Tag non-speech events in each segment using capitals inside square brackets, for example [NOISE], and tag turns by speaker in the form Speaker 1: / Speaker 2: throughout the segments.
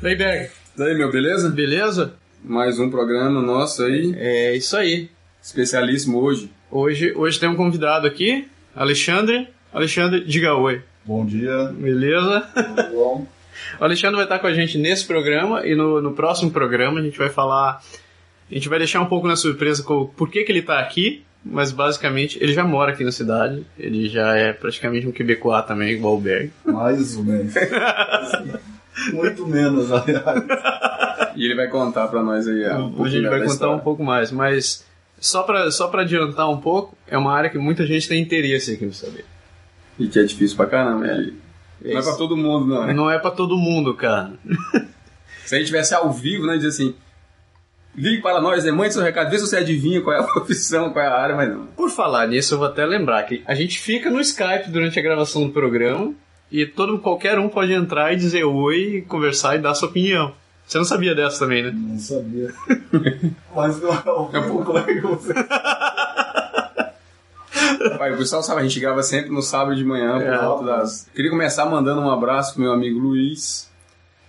Speaker 1: Daí, Berg.
Speaker 2: Daí, meu, beleza?
Speaker 1: Beleza?
Speaker 2: Mais um programa nosso aí,
Speaker 1: É isso aí.
Speaker 2: especialíssimo hoje.
Speaker 1: Hoje, hoje tem um convidado aqui, Alexandre. Alexandre, diga oi.
Speaker 3: Bom dia.
Speaker 1: Beleza?
Speaker 2: Bom.
Speaker 1: [LAUGHS] O Alexandre vai estar com a gente nesse programa e no, no próximo programa a gente vai falar. A gente vai deixar um pouco na surpresa com o por que, que ele está aqui, mas basicamente ele já mora aqui na cidade, ele já é praticamente um quebecois também, igual o Berg.
Speaker 3: Mais ou menos. Muito menos, aliás.
Speaker 2: [LAUGHS] E ele vai contar pra nós aí ah, um pouco
Speaker 1: a gente vai
Speaker 2: da
Speaker 1: contar
Speaker 2: história.
Speaker 1: um pouco mais, mas só para só pra adiantar um pouco, é uma área que muita gente tem interesse aqui no saber.
Speaker 2: E que é difícil pra caramba.
Speaker 1: É.
Speaker 2: que Não é pra todo mundo, não. Né?
Speaker 1: Não é pra todo mundo, cara.
Speaker 2: Se a gente tivesse ao vivo, né, dizer assim, ligue para nós, né, mande seu recado, vê se você adivinha qual é a [LAUGHS] profissão, qual é a área, mas não.
Speaker 1: Por falar nisso, eu vou até lembrar que a gente fica no Skype durante a gravação do programa e todo qualquer um pode entrar e dizer oi, e conversar e dar sua opinião. Você não sabia dessa também, né?
Speaker 3: Não sabia. Mas não é o
Speaker 2: É bom.
Speaker 3: como é que você.
Speaker 2: Vai, o pessoal sabe, a gente grava sempre no sábado de manhã, por
Speaker 1: É.
Speaker 2: volta das. Queria começar mandando um abraço pro meu amigo Luiz,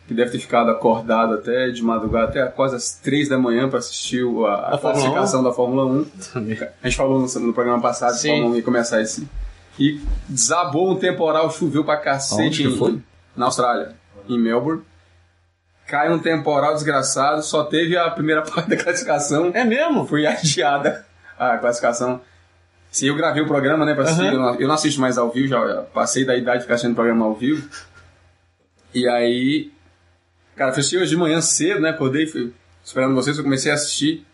Speaker 2: que deve ter ficado acordado até de madrugada, até quase as três da manhã para assistir o- a, a
Speaker 1: A Fórmula
Speaker 2: classificação da Fórmula 1. A gente falou no, no programa passado que
Speaker 1: Sim.
Speaker 2: a Fórmula 1 ia começar esse. E desabou um temporal, choveu pra
Speaker 4: Aonde
Speaker 2: cacete.
Speaker 4: que
Speaker 2: em-
Speaker 4: foi?
Speaker 2: Na Austrália, em Melbourne. Caiu um temporal desgraçado, só teve a primeira [LAUGHS] parte da classificação
Speaker 1: É mesmo?
Speaker 2: foi adiada a classificação. Se eu gravei o programa, né, pra assistir,
Speaker 1: Aham.
Speaker 2: eu, não, eu não assisto mais ao vivo, já já passei da idade de ficar assistindo programa ao vivo. E aí, cara, eu assisti hoje de manhã cedo, né, acordei, fui esperando vocês, eu comecei a assistir.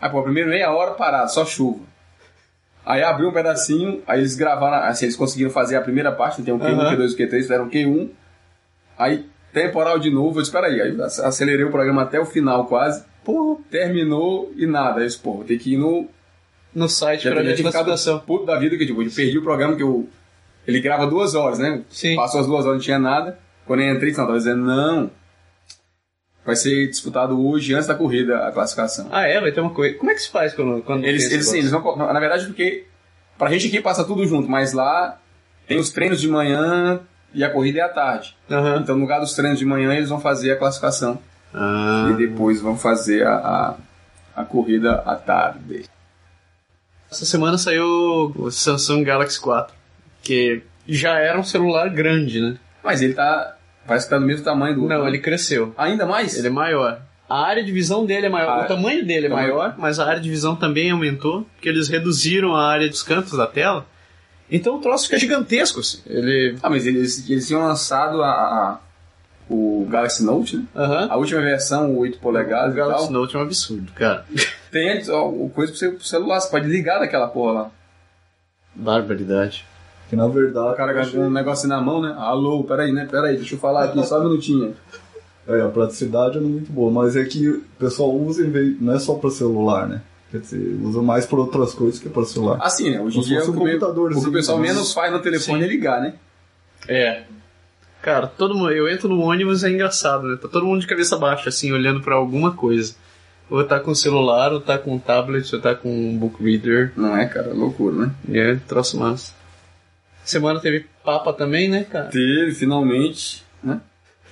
Speaker 2: Aí, pô, primeiro meia hora parado, só chuva. Aí abriu um pedacinho, aí eles gravaram, assim, eles conseguiram fazer a primeira parte, tem um Q1,
Speaker 1: Aham.
Speaker 2: Q2, Q3, fizeram um Q1. Aí, temporal de novo, eu disse, peraí, aí eu acelerei o programa até o final quase.
Speaker 1: Pô,
Speaker 2: Terminou e nada. Aí, eu disse, pô, tem que ir no.
Speaker 1: no site
Speaker 2: Já
Speaker 1: pra ver
Speaker 2: tinha
Speaker 1: a
Speaker 2: ficado
Speaker 1: classificação.
Speaker 2: puto da vida que tipo, eu perdi o programa que eu. Ele grava duas horas, né?
Speaker 1: Sim.
Speaker 2: Passou as duas horas, não tinha nada. Quando eu entrei, não, tava dizendo, não. Vai ser disputado hoje, antes da corrida, a classificação.
Speaker 1: Ah, é? Vai ter uma coisa. Como é que se faz quando. quando
Speaker 2: Eles,
Speaker 1: tem esse
Speaker 2: eles, sim,
Speaker 1: negócio?
Speaker 2: eles vão. co- Na verdade, porque. Pra gente aqui passa tudo junto, mas lá tem os treinos de manhã e a corrida é à tarde.
Speaker 1: Aham.
Speaker 2: Então, no lugar dos treinos de manhã, eles vão fazer a classificação.
Speaker 1: Ah.
Speaker 2: E depois vão fazer a, a, a corrida à tarde.
Speaker 1: Essa semana saiu o Samsung Galaxy 4, que já era um celular grande, né?
Speaker 2: Mas ele tá. Parece que tá do mesmo tamanho do outro.
Speaker 1: Não,
Speaker 2: né?
Speaker 1: ele cresceu.
Speaker 2: Ainda mais?
Speaker 1: Ele é maior. A área de visão dele é maior.
Speaker 2: Ah,
Speaker 1: o tamanho dele é
Speaker 2: tamanho.
Speaker 1: maior, mas a área de visão também aumentou, porque eles reduziram a área dos cantos da tela. Então o troço fica gigantesco, assim. Ele.
Speaker 2: Ah, mas eles, eles tinham lançado a, a- o Galaxy Note, né?
Speaker 1: Aham.
Speaker 2: A última versão, o 8 polegadas
Speaker 1: O
Speaker 2: e tal.
Speaker 1: Galaxy Note é um absurdo, cara.
Speaker 2: Tem antes, ó, o coisa pro seu celular, você pode ligar daquela porra lá.
Speaker 1: Barbaridade.
Speaker 3: Que na verdade.
Speaker 2: O cara gasta um negocinho na mão, né? Alô, peraí, né? Peraí, deixa eu falar aqui, só um minutinho.
Speaker 3: É, a praticidade é muito boa, mas é que o pessoal usa em vez. Não é só pra celular, né? Quer dizer, usa mais pra outras coisas que pra celular.
Speaker 2: Assim, né? Hoje em
Speaker 3: Como se
Speaker 2: dia,
Speaker 3: fosse
Speaker 2: o
Speaker 3: um
Speaker 2: que, o
Speaker 3: computadorzinho,
Speaker 2: que o pessoal
Speaker 3: né?
Speaker 2: menos faz no telefone
Speaker 1: Sim.
Speaker 2: é ligar, né?
Speaker 1: É. Cara, todo mundo, eu entro no ônibus é engraçado, né? Tá todo mundo de cabeça baixa, assim, olhando pra alguma coisa. Ou tá com o celular, ou tá com o tablet, ou tá com um book reader.
Speaker 2: Não é, cara? Loucura, né?
Speaker 1: É, troço massa. Semana teve Papa também, né, cara?
Speaker 2: Teve, finalmente, né?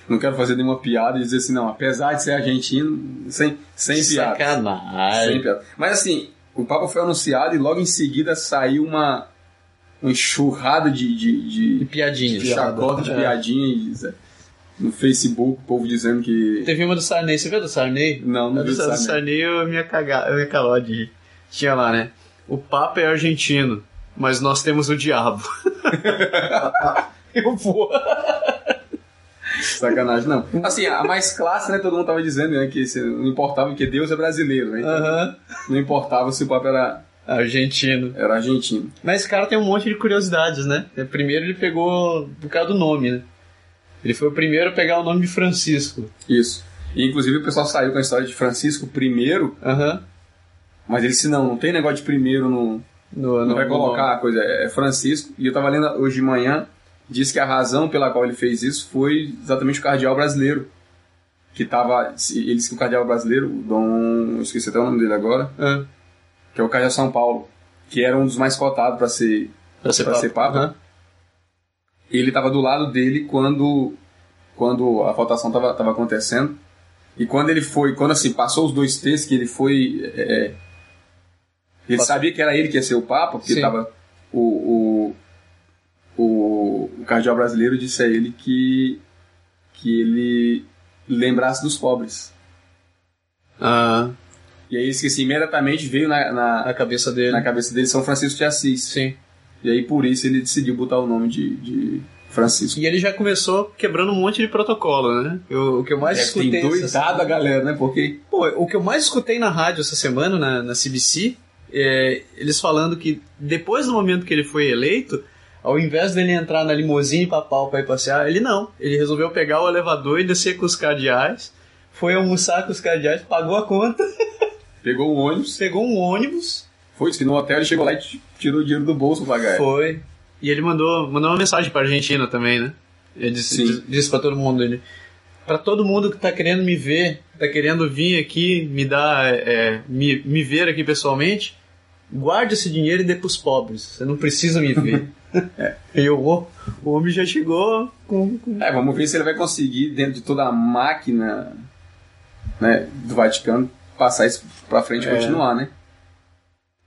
Speaker 2: Não quero fazer nenhuma piada e dizer assim, não, apesar de ser argentino, sem, sem
Speaker 3: é
Speaker 2: piada.
Speaker 1: Sacanagem.
Speaker 2: Sem piada. Mas assim, o Papa foi anunciado e logo em seguida saiu uma, uma enxurrada de, de, de,
Speaker 1: E piadinhas.
Speaker 2: de chacota, de
Speaker 1: É.
Speaker 2: piadinhas é, no Facebook, o povo dizendo que.
Speaker 1: Teve uma do Sarney, você viu a do Sarney?
Speaker 2: Não,
Speaker 1: A
Speaker 2: não
Speaker 1: do,
Speaker 2: viu
Speaker 1: a do
Speaker 2: sabe?
Speaker 1: Sarney eu me cagar, eu me calou de rir. Tinha lá, né? O Papa é argentino, mas nós temos o
Speaker 2: [LAUGHS]
Speaker 1: diabo. eu vou.
Speaker 2: Sacanagem, não. Assim, a mais classe, né? Todo mundo tava dizendo né, que se- não importava que Deus é brasileiro, né? Então,
Speaker 1: Aham.
Speaker 2: Não importava se o Papa era
Speaker 1: Argentino.
Speaker 2: Era argentino.
Speaker 1: Mas esse cara tem um monte de curiosidades, né? Primeiro ele pegou por causa do nome, né? Ele foi o primeiro a pegar o nome de Francisco.
Speaker 2: Isso. E, inclusive o pessoal saiu com a história de Francisco primeiro,
Speaker 1: Aham.
Speaker 2: mas ele disse, não, não tem negócio de primeiro no...
Speaker 1: No-
Speaker 2: Não
Speaker 1: no-
Speaker 2: vai colocar a coisa, é Francisco. E eu tava lendo hoje de manhã, diz que a razão pela qual ele fez isso foi exatamente o cardeal brasileiro. Que tava. se- Ele disse que o cardeal brasileiro, o Dom. eu Esqueci até o nome dele agora,
Speaker 1: Ah,
Speaker 2: que é o cardeal São Paulo, que era um dos mais cotados para ser.
Speaker 1: pra ser
Speaker 2: Pra
Speaker 1: papa.
Speaker 2: ser papa?
Speaker 1: Aham.
Speaker 2: Ele tava do lado dele quando. Quando a votação tava, tava acontecendo. E quando ele foi, quando assim, passou os dois textos, que ele foi. é, é, ele
Speaker 1: Passou.
Speaker 2: sabia que era ele que ia ser o Papa, porque
Speaker 1: Sim.
Speaker 2: tava. O, o, o, o cardeal brasileiro disse a ele que. que ele lembrasse dos pobres.
Speaker 1: Ah,
Speaker 2: E aí ele esqueci, imediatamente veio na, na,
Speaker 1: a cabeça dele.
Speaker 2: na cabeça dele São Francisco de Assis.
Speaker 1: Sim.
Speaker 2: E aí por isso ele decidiu botar o nome de, de Francisco.
Speaker 1: E ele já começou quebrando um monte de protocolo, né? Eu- o que eu mais
Speaker 2: Deve
Speaker 1: escutei.
Speaker 2: ter
Speaker 1: essa
Speaker 2: doidado
Speaker 1: semana-
Speaker 2: a galera, né? Porque
Speaker 1: Pô, o que eu mais escutei na rádio essa semana, na, na CBC, é eles falando que depois do momento que ele foi eleito, ao invés dele entrar na limusine papal pra ir passear, ele não. Ele resolveu pegar o elevador e descer com os cardeais, foi almoçar com os cardeais, pagou a conta, [LAUGHS]
Speaker 2: pegou o ônibus,
Speaker 1: pegou um ônibus,
Speaker 2: foi isso que no hotel ele chegou lá e t- tirou o dinheiro do bolso pra pagar.
Speaker 1: foi. E ele mandou, mandou uma mensagem pra Argentina também, né? Ele disse,
Speaker 2: Sim.
Speaker 1: diz- disse pra todo mundo, ele... Pra todo mundo que tá querendo me ver, que tá querendo vir aqui, me dar, é, me, me ver aqui pessoalmente, guarde esse dinheiro e dê pros pobres. Você não precisa me
Speaker 2: [LAUGHS]
Speaker 1: ver. É. E eu, o, o homem já chegou com... com-
Speaker 2: É, vamos ver se ele vai conseguir, dentro de toda a máquina né, do Vaticano, passar isso pra frente e
Speaker 1: É.
Speaker 2: continuar, né?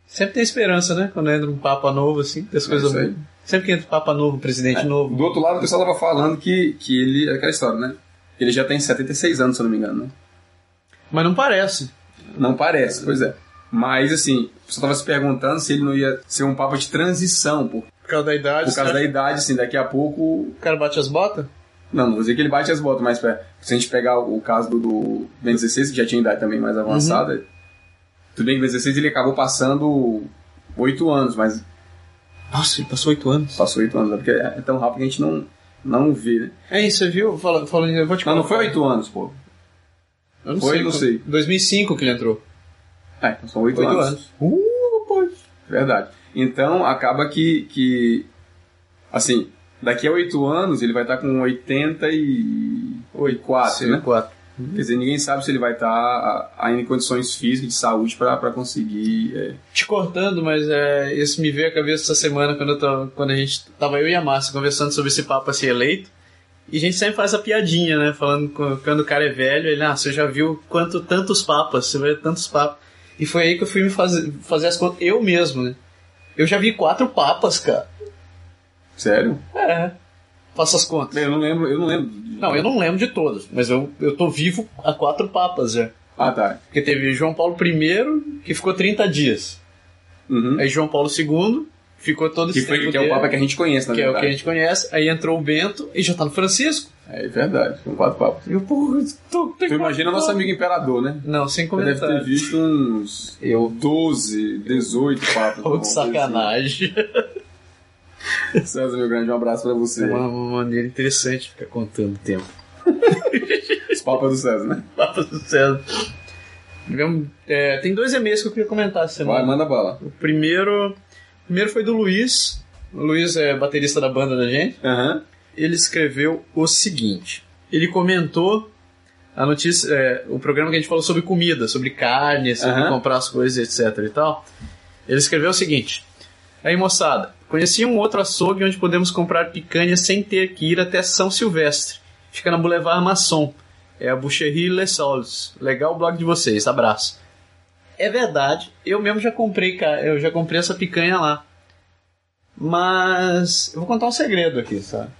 Speaker 1: Sempre tem esperança, né? Quando entra um papa novo, assim, das
Speaker 2: É
Speaker 1: coisas...
Speaker 2: isso aí. É.
Speaker 1: boas. Sempre que entra um papa novo, presidente novo.
Speaker 2: Do outro lado, o pessoal tava falando que, que ele. Aquela história, né? Ele já tem 76 anos, se eu não me engano, né?
Speaker 1: Mas não parece.
Speaker 2: Não parece, pois é. Mas, assim, o pessoal tava se perguntando se ele não ia ser um papa de transição, por,
Speaker 1: Por causa da idade,
Speaker 2: por
Speaker 1: o
Speaker 2: causa
Speaker 1: cara-
Speaker 2: da idade, assim, daqui a pouco
Speaker 1: o cara bate as botas?
Speaker 2: Não, não vou dizer que ele bate as botas, mas pra- se a gente pegar o caso do, do Ben 16, que já tinha idade também mais avançada, tudo bem que o Ben 16 ele acabou passando oito anos, mas
Speaker 1: Nossa, ele passou oito anos.
Speaker 2: passou oito anos, né? porque é tão rápido que a gente não, não vê, né?
Speaker 1: É isso, você viu? Fala- Falando, eu vou te
Speaker 2: Não, não foi
Speaker 1: oito
Speaker 2: oito anos, pô.
Speaker 1: anos.
Speaker 2: Foi, não sei.
Speaker 1: 2005 que ele entrou.
Speaker 2: É, então são oito
Speaker 1: Oito
Speaker 2: anos.
Speaker 1: anos. Uh, rapaz.
Speaker 2: Verdade. Então, acaba que, que, assim, daqui a oito anos ele vai estar com 84, né?
Speaker 1: quatro.
Speaker 2: Quer dizer, ninguém sabe se ele vai estar ainda em condições físicas, de saúde, para conseguir... é,
Speaker 1: Te cortando, mas é, isso me veio à cabeça essa semana quando, eu tava, quando a gente tava eu e a Márcia conversando sobre esse papa ser eleito. E a gente sempre faz essa piadinha, né? Falando com- quando o cara é velho, ele, ah, você já viu quanto tantos papas, você vê tantos papas. E foi aí que eu fui me fazer, fazer as contas, eu mesmo, né? Eu já vi quatro papas, cara.
Speaker 2: sério?
Speaker 1: É. Faça as contas.
Speaker 2: Bem, Eu não lembro, eu não lembro.
Speaker 1: Não, eu não lembro de todos, mas eu, eu tô vivo há quatro papas é. já.
Speaker 2: Ah, tá.
Speaker 1: Porque teve João Paulo I, que ficou 30 dias.
Speaker 2: Uhum.
Speaker 1: Aí João Paulo II, ficou todo
Speaker 2: Que,
Speaker 1: esse
Speaker 2: foi,
Speaker 1: tempo
Speaker 2: que é o
Speaker 1: dele,
Speaker 2: Papa que a gente tá? conhece, na
Speaker 1: que é o que
Speaker 2: verdade.
Speaker 1: a gente conhece. Aí entrou o Bento e já tá no Francisco.
Speaker 2: É verdade, foi um quatro papas.
Speaker 1: E eu, porra, tô, tô
Speaker 2: Tu imagina nosso amigo imperador, né?
Speaker 1: Não, sem
Speaker 2: Ele deve ter
Speaker 1: comentário.
Speaker 2: visto uns
Speaker 1: Eu.
Speaker 2: 12, 18 papas.
Speaker 1: Pô, que
Speaker 2: [LAUGHS]
Speaker 1: sacanagem.
Speaker 2: César, meu grande, um abraço pra
Speaker 1: É
Speaker 2: você.
Speaker 1: uma, uma maneira interessante de ficar contando o tempo. [LAUGHS]
Speaker 2: Os papas do César, né?
Speaker 1: Papa do céu. Tivemos- é, tem dois e-mails que eu queria comentar essa semana.
Speaker 2: Vai, manda bala.
Speaker 1: O primeiro, o primeiro foi do Luiz. O Luiz é baterista da banda da gente.
Speaker 2: Aham.
Speaker 1: Ele escreveu o seguinte. Ele comentou a notícia, é, o programa que a gente falou sobre comida, sobre carne, sobre
Speaker 2: Aham.
Speaker 1: comprar as coisas, etc e tal. Ele escreveu o seguinte. Aí, moçada, conheci um outro açougue onde podemos comprar picanha sem ter que ir até São Silvestre. Fica na Boulevard Masson. É a Boucherie Les Sols. Legal o blog de vocês. Abraço. É verdade, eu mesmo já comprei, ca- eu já comprei essa picanha lá. Mas eu vou contar um segredo aqui, sabe?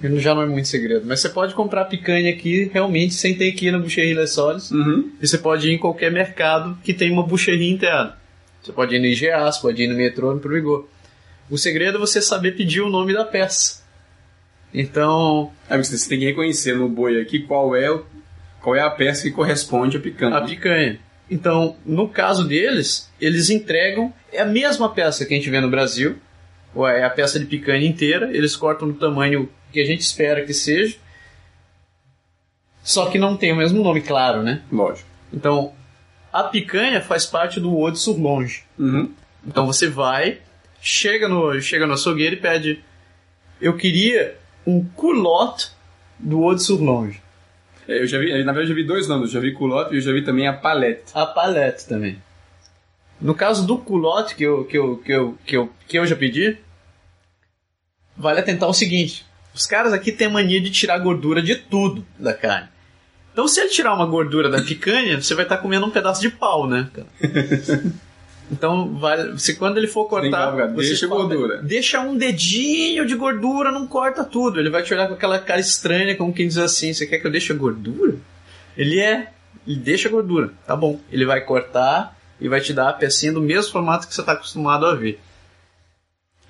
Speaker 1: Que Já não é muito segredo, mas você pode comprar picanha aqui realmente sem ter que ir na Boucherie Les Sols.
Speaker 2: Uhum.
Speaker 1: E você pode ir em qualquer mercado que tem uma bucheria interna. Você pode ir no IGA, você pode ir no metrô, no Previgor. O segredo é você saber pedir o nome da peça. Então,
Speaker 2: É, porque você tem que reconhecer no boi aqui qual é, o- qual é a peça que corresponde à picanha.
Speaker 1: a picanha. Então, no caso deles, eles entregam é a mesma peça que a gente vê no Brasil, ou é a peça de picanha inteira, eles cortam do tamanho que a gente espera que seja, só que não tem o mesmo nome, claro, né?
Speaker 2: Lógico.
Speaker 1: Então, a picanha faz parte do Ouro de Surlonge.
Speaker 2: Uhum.
Speaker 1: Então você vai, chega no, chega no açougueiro e pede: Eu queria um culotte do Ouro de Surlonge.
Speaker 2: É, Eu já vi, na verdade, eu já vi dois nomes. Eu já vi culote e eu já vi também a palete.
Speaker 1: A paleta também. No caso do culote que eu, que eu, que eu, que eu, que eu já pedi, vale atentar o seguinte: os caras aqui têm mania de tirar gordura de tudo da carne. Então, se ele tirar uma gordura da picanha, você vai estar comendo um pedaço de pau, né?
Speaker 2: [LAUGHS]
Speaker 1: cara? Então, vale, se quando ele for
Speaker 2: Tem que
Speaker 1: cortar.
Speaker 2: largar,
Speaker 1: você
Speaker 2: deixa a
Speaker 1: fala,
Speaker 2: gordura.
Speaker 1: Deixa um dedinho de gordura, não corta tudo. Ele vai te olhar com aquela cara estranha, como quem diz assim: Você quer que eu deixe a gordura? Ele é. Ele deixa a gordura. Tá bom. Ele vai cortar e vai te dar a pecinha do mesmo formato que você está acostumado a ver.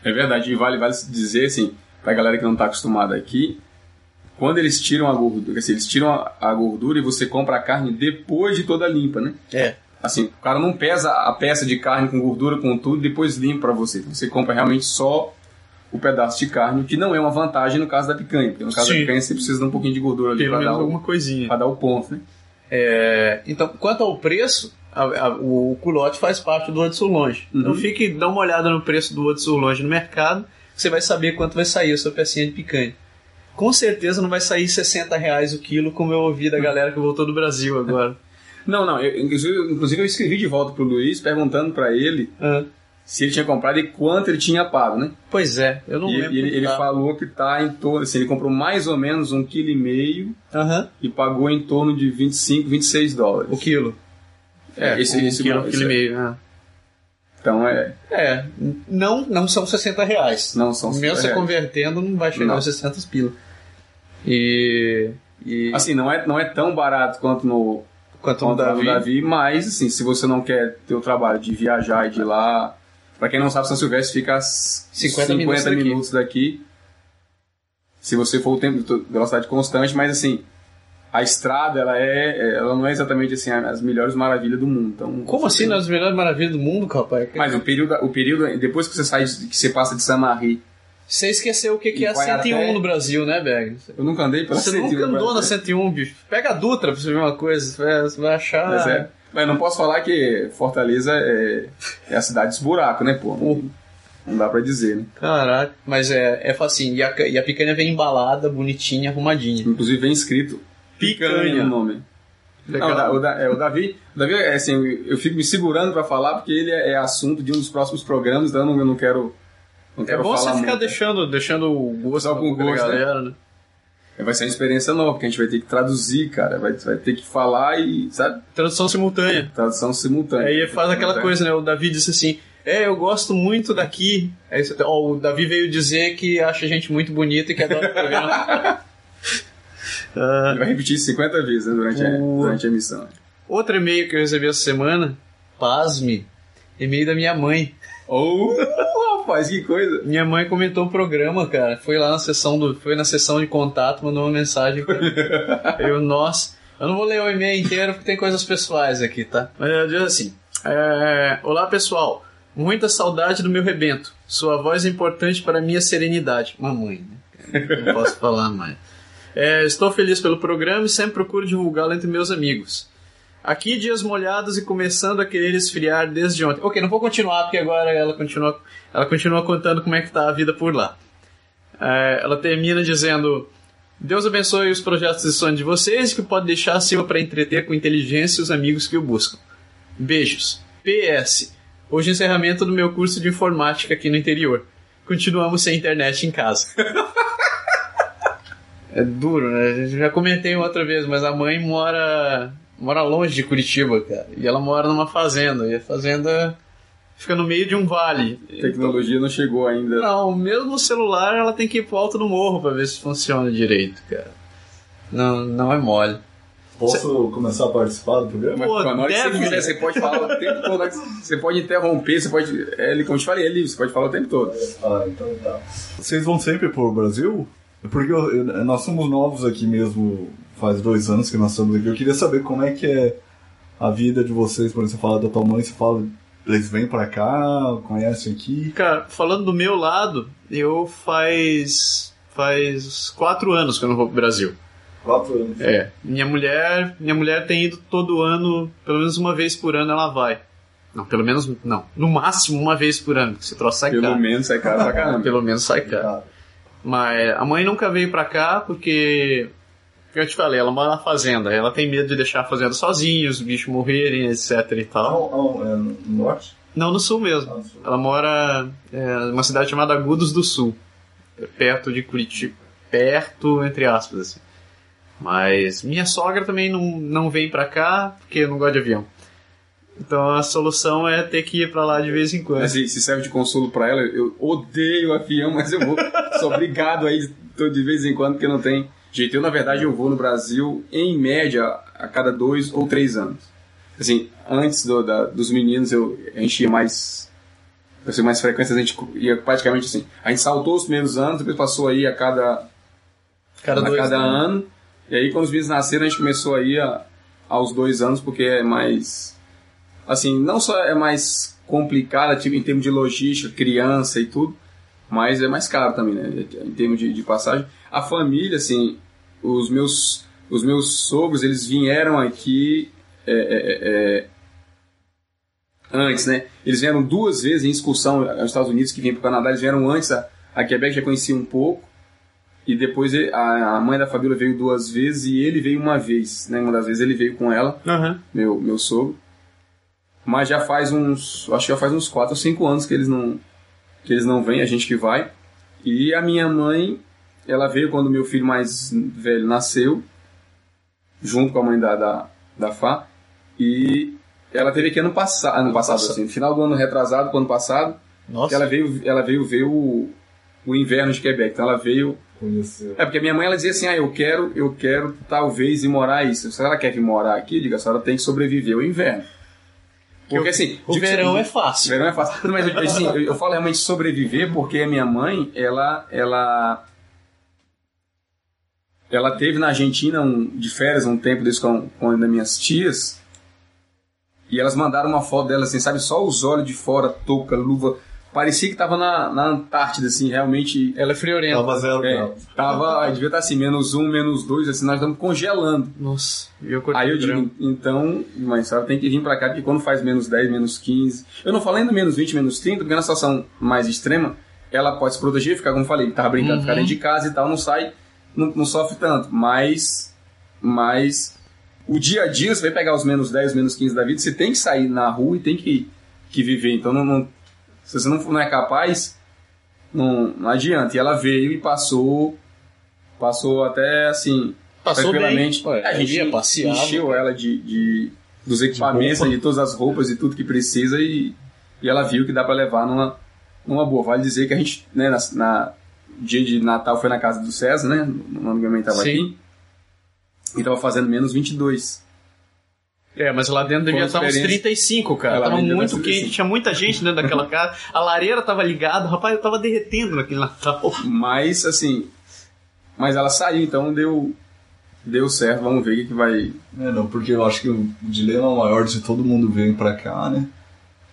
Speaker 2: É verdade. E vale, vale dizer, assim, pra galera que não tá acostumada aqui, quando eles tiram a gordura, assim, eles tiram a, a gordura e você compra a carne depois de toda limpa, né?
Speaker 1: É.
Speaker 2: Assim, o cara não pesa a peça de carne com gordura, com tudo, e depois limpa pra você. Você compra realmente só o pedaço de carne, o que não é uma vantagem no caso da picanha. Porque no caso
Speaker 1: Sim.
Speaker 2: da picanha você precisa de um pouquinho de gordura ali
Speaker 1: Pelo
Speaker 2: pra
Speaker 1: menos
Speaker 2: dar, o,
Speaker 1: alguma coisinha.
Speaker 2: pra dar o ponto, né?
Speaker 1: É, então, quanto ao preço, a- a- o culote faz parte do Odissu Longe. Então fique, dá uma olhada no preço do Odissu Longe no mercado, você vai saber quanto vai sair a sua pecinha de picanha. Com certeza não vai sair 60 reais o quilo, como eu ouvi da galera que voltou do Brasil agora.
Speaker 2: Não, não. eu- inclusive, inclusive eu escrevi de volta pro Luiz perguntando pra ele
Speaker 1: [LAUGHS] Ah,
Speaker 2: se ele tinha comprado e quanto ele tinha pago, né?
Speaker 1: pois é, eu não
Speaker 2: E
Speaker 1: lembro.
Speaker 2: ele,
Speaker 1: quanto
Speaker 2: ele
Speaker 1: tá.
Speaker 2: falou que tá em torno, assim, ele comprou mais ou menos um quilo e meio
Speaker 1: Aham,
Speaker 2: e pagou em torno de 25, 26 dólares.
Speaker 1: o quilo.
Speaker 2: É, esse-
Speaker 1: um
Speaker 2: esse-
Speaker 1: quilo, um
Speaker 2: esse-
Speaker 1: quilo e meio. né?
Speaker 2: Então é,
Speaker 1: É, n- não, não são 60 reais.
Speaker 2: não são
Speaker 1: Mesmo você
Speaker 2: é.
Speaker 1: convertendo, não vai chegar
Speaker 2: Não.
Speaker 1: aos 60 pila. E... e
Speaker 2: Assim, não é, não é tão barato quanto no,
Speaker 1: quanto ao
Speaker 2: quanto no
Speaker 1: Davi,
Speaker 2: Davi, mas assim, se você não quer ter o trabalho de viajar e de ir lá. Pra quem não sabe, São Silvestre fica a 50,
Speaker 1: 50 minutos daqui.
Speaker 2: minutos daqui. Se você for o tempo de velocidade constante, mas assim, a estrada ela é. Ela não é exatamente assim as melhores maravilhas do mundo. Então,
Speaker 1: Como assim nas melhores maravilhas do mundo, rapaz?
Speaker 2: Mas o período, o período depois que você sai, de- que você passa de Samarri,
Speaker 1: Você esqueceu o que, que
Speaker 2: Em
Speaker 1: é a 101
Speaker 2: Guaiaté.
Speaker 1: no Brasil, né, Beg?
Speaker 2: eu nunca andei pela
Speaker 1: Você
Speaker 2: 101,
Speaker 1: nunca andou na
Speaker 2: mas- é,
Speaker 1: 101, bicho. Pega a Dutra pra você ver uma coisa. você vai- Você vai achar.
Speaker 2: Mas é. Mas não posso falar que Fortaleza é, é a cidade dos buracos, né, pô? Não, não dá pra dizer, né?
Speaker 1: Caraca. Mas é, é facinho. E a, ca- e a picanha vem embalada, bonitinha, arrumadinha.
Speaker 2: Inclusive vem escrito
Speaker 1: Picanha.
Speaker 2: no nome. Não, o, Da- o Da- é, o Davi, o Davi é, assim, eu- eu fico me segurando pra falar porque ele é é assunto de um dos próximos programas, então eu não, eu não quero não
Speaker 1: É
Speaker 2: quero
Speaker 1: bom você
Speaker 2: falar
Speaker 1: ficar
Speaker 2: muito.
Speaker 1: deixando, deixando o gosto
Speaker 2: Só
Speaker 1: na
Speaker 2: com
Speaker 1: boca da
Speaker 2: gosto, né?
Speaker 1: galera, né?
Speaker 2: Vai ser uma experiência nova, porque a gente vai ter que traduzir, cara, vai, vai ter que falar e, sabe,
Speaker 1: Tradução simultânea.
Speaker 2: tradução simultânea.
Speaker 1: Aí faz aquela
Speaker 2: Simultânea.
Speaker 1: coisa, né? O Davi disse assim: É, eu gosto muito daqui. Aí você, ó, o Davi veio dizer que acha a gente muito bonita e que adora o
Speaker 2: [LAUGHS]
Speaker 1: programa. Ah,
Speaker 2: Ele vai repetir 50 vezes né, durante, a,
Speaker 1: Boa.
Speaker 2: durante a emissão.
Speaker 1: outro e-mail que eu recebi essa semana, pasme, e-mail da minha mãe.
Speaker 2: Ou, [LAUGHS] rapaz, que coisa!
Speaker 1: Minha mãe comentou o programa, cara. Foi lá na sessão do, foi na sessão de contato, mandou uma mensagem. pra mim. eu, nossa, eu não vou ler o e-mail inteiro porque tem coisas pessoais aqui, tá? Mas ela diz assim: é, Olá pessoal, muita saudade do meu rebento. Sua voz é importante para minha serenidade. Mamãe, né? Não posso falar mais. É, estou feliz pelo programa e sempre procuro divulgá-lo entre meus amigos. Aqui dias molhados e começando a querer esfriar desde ontem. Ok, não vou continuar porque agora ela continua, ela continua contando como é que tá a vida por lá. É, ela termina dizendo: Deus abençoe os projetos e sonhos de vocês que pode deixar acima para entreter com inteligência os amigos que o buscam. Beijos. PS. Hoje é encerramento do meu curso de informática aqui no interior. Continuamos sem internet em casa. [LAUGHS] É duro, né? Eu Já comentei outra vez, mas a mãe mora mora longe de Curitiba, cara. E ela mora numa fazenda. E a fazenda fica no meio de um vale.
Speaker 2: A tecnologia não chegou ainda.
Speaker 1: Não, mesmo o celular ela tem que ir pro alto do morro pra ver se funciona direito, cara. Não, não é mole.
Speaker 3: Posso começar a participar do programa?
Speaker 2: Mas
Speaker 1: Pô,
Speaker 2: na hora que você
Speaker 1: deve.
Speaker 2: quiser, você pode falar o tempo todo. na hora que Você pode interromper, você pode. É, ele- como eu te falei, é livre, você pode falar o tempo todo.
Speaker 3: Ah, então tá. Vocês vão sempre pro Brasil? Porque eu- eu- nós somos novos aqui mesmo, faz dois anos que nós estamos aqui. Eu queria saber como é que é a vida de vocês, quando você fala da tua mãe, você fala, eles vêm pra cá, conhecem aqui.
Speaker 1: Cara, falando do meu lado, eu faz. faz quatro anos que eu não vou pro Brasil.
Speaker 3: Quatro anos.
Speaker 1: É. Minha mulher, minha mulher tem ido todo ano, pelo menos uma vez por ano ela vai. Não, pelo menos não. No máximo uma vez por ano, que se troço sai
Speaker 2: Pelo
Speaker 1: caro. É.
Speaker 2: menos sai caro
Speaker 1: [LAUGHS]
Speaker 2: pra caramba.
Speaker 1: Pelo menos sai caro. Mas a mãe nunca veio pra cá porque. Eu te falei, ela mora na fazenda, ela tem medo de deixar a fazenda sozinha, os bichos morrerem, etc e tal.
Speaker 3: Ao, é, no norte?
Speaker 1: Não, no sul mesmo.
Speaker 3: Ah, sul.
Speaker 1: Ela mora é, numa cidade chamada Agudos do Sul, É perto de Curitiba. Perto, entre aspas, assim. Mas minha sogra também não, não vem pra cá porque não gosta de avião. Então a solução é ter que ir pra lá de vez em quando.
Speaker 2: Mas se, se serve de consolo pra ela, eu odeio avião, mas eu vou. Sou obrigado aí tô de vez em quando, porque não tem jeito. Eu, na verdade, eu vou no Brasil, em média, a cada dois ou três anos. Assim, antes do- da- dos meninos, eu enchia mais. Pra ser mais frequente, a gente ia praticamente assim. A gente saltou os primeiros anos, depois passou aí a cada
Speaker 1: cada
Speaker 2: a
Speaker 1: dois
Speaker 2: cada
Speaker 1: anos.
Speaker 2: ano. E aí, quando os meninos nasceram, a gente começou aí a, aos dois anos, porque é mais. Assim, não só é mais complicada tipo, em termos de logística, criança e tudo, mas é mais caro também, né? Em termos de, de passagem. A família, assim, os meus, os meus sogros, eles vieram aqui. é, é, é, é, antes, né? Eles vieram duas vezes em excursão aos Estados Unidos, que vinha para o Canadá, eles vieram antes a, a Quebec, já conhecia um pouco. E depois ele- a, a mãe da Fabíola veio duas vezes e ele veio uma vez, né? Uma das vezes ele veio com ela,
Speaker 1: Aham.
Speaker 2: meu, meu sogro. Mas já faz uns, acho que já faz uns 4 ou 5 anos que eles não que eles não vêm, a gente que vai. E a minha mãe, ela veio quando meu filho mais velho nasceu, junto com a mãe da da, da Fá, e ela teve aqui ano passado, ano passado assim, no final do ano retrasado, pro ano passado, que
Speaker 1: Nossa.
Speaker 2: ela veio ela veio ver o o inverno de Quebec. Então ela veio
Speaker 3: Conheceu.
Speaker 2: é, porque a minha mãe ela dizia assim: ah, eu quero, eu quero talvez ir morar isso. Se ela quer vir morar aqui, eu digo, a senhora tem que sobreviver ao inverno. Porque assim.
Speaker 1: O
Speaker 2: digo,
Speaker 1: verão é
Speaker 2: assim, o
Speaker 1: fácil.
Speaker 2: verão é fácil. [LAUGHS] Mas assim, eu, eu falo realmente sobreviver porque a minha mãe, ela. ela ela teve na Argentina um, de férias um tempo desse com, com uma das minhas tias e elas mandaram uma foto dela assim, sabe? Só os olhos de fora, touca, luva. Parecia que tava na, na Antártida, assim, realmente
Speaker 1: Ela é friorenta.
Speaker 3: Tava zero
Speaker 2: é,
Speaker 3: grau.
Speaker 2: tava, aí devia estar assim, menos um, menos dois, assim, nós estamos congelando.
Speaker 1: Nossa. E
Speaker 2: Aí eu
Speaker 1: curti o verão.
Speaker 2: digo, então, mãe, a senhora tem que vir pra cá, porque quando faz menos 10, menos 15. Eu não falei do menos 20, menos 30, porque na situação mais extrema, ela pode se proteger, ficar, como eu falei, tava brincando,
Speaker 1: Uhum.
Speaker 2: ficar dentro de casa e tal, não sai, não, não sofre tanto. Mas, mas, o dia a dia, você vai pegar os menos 10, menos 15 da vida, você tem que sair na rua e tem que, que viver. Então, não, não- se você não, for- não é capaz, não, não adianta. E ela veio e passou, passou até assim,
Speaker 1: Passou bem.
Speaker 2: tranquilamente.
Speaker 1: Ué, é
Speaker 2: a gente
Speaker 1: ia passear.
Speaker 2: encheu ela de, de- dos equipamentos, de,
Speaker 3: roupa.
Speaker 2: todas as roupas e tudo que precisa e, e ela viu que dá pra levar numa, numa boa. Vale dizer que a gente, né, na, na- dia de Natal foi na casa do César, né? O amigo meu tava
Speaker 1: Sim.
Speaker 2: aqui. E tava fazendo menos 22.
Speaker 1: É, mas lá dentro devia
Speaker 2: Foi uma
Speaker 1: estar uns
Speaker 2: experiência.
Speaker 1: 35, cara.
Speaker 2: Lá
Speaker 1: tava
Speaker 2: dentro
Speaker 1: muito
Speaker 2: deve
Speaker 1: quente,
Speaker 2: ser assim.
Speaker 1: tinha muita gente dentro daquela casa. A lareira tava ligada, rapaz, eu tava derretendo naquele Natal.
Speaker 2: Mas, assim... Mas ela saiu, então deu... Deu certo, vamos ver o que, que vai...
Speaker 3: É, não, porque eu acho que o dilema maior de todo mundo vem pra cá, né?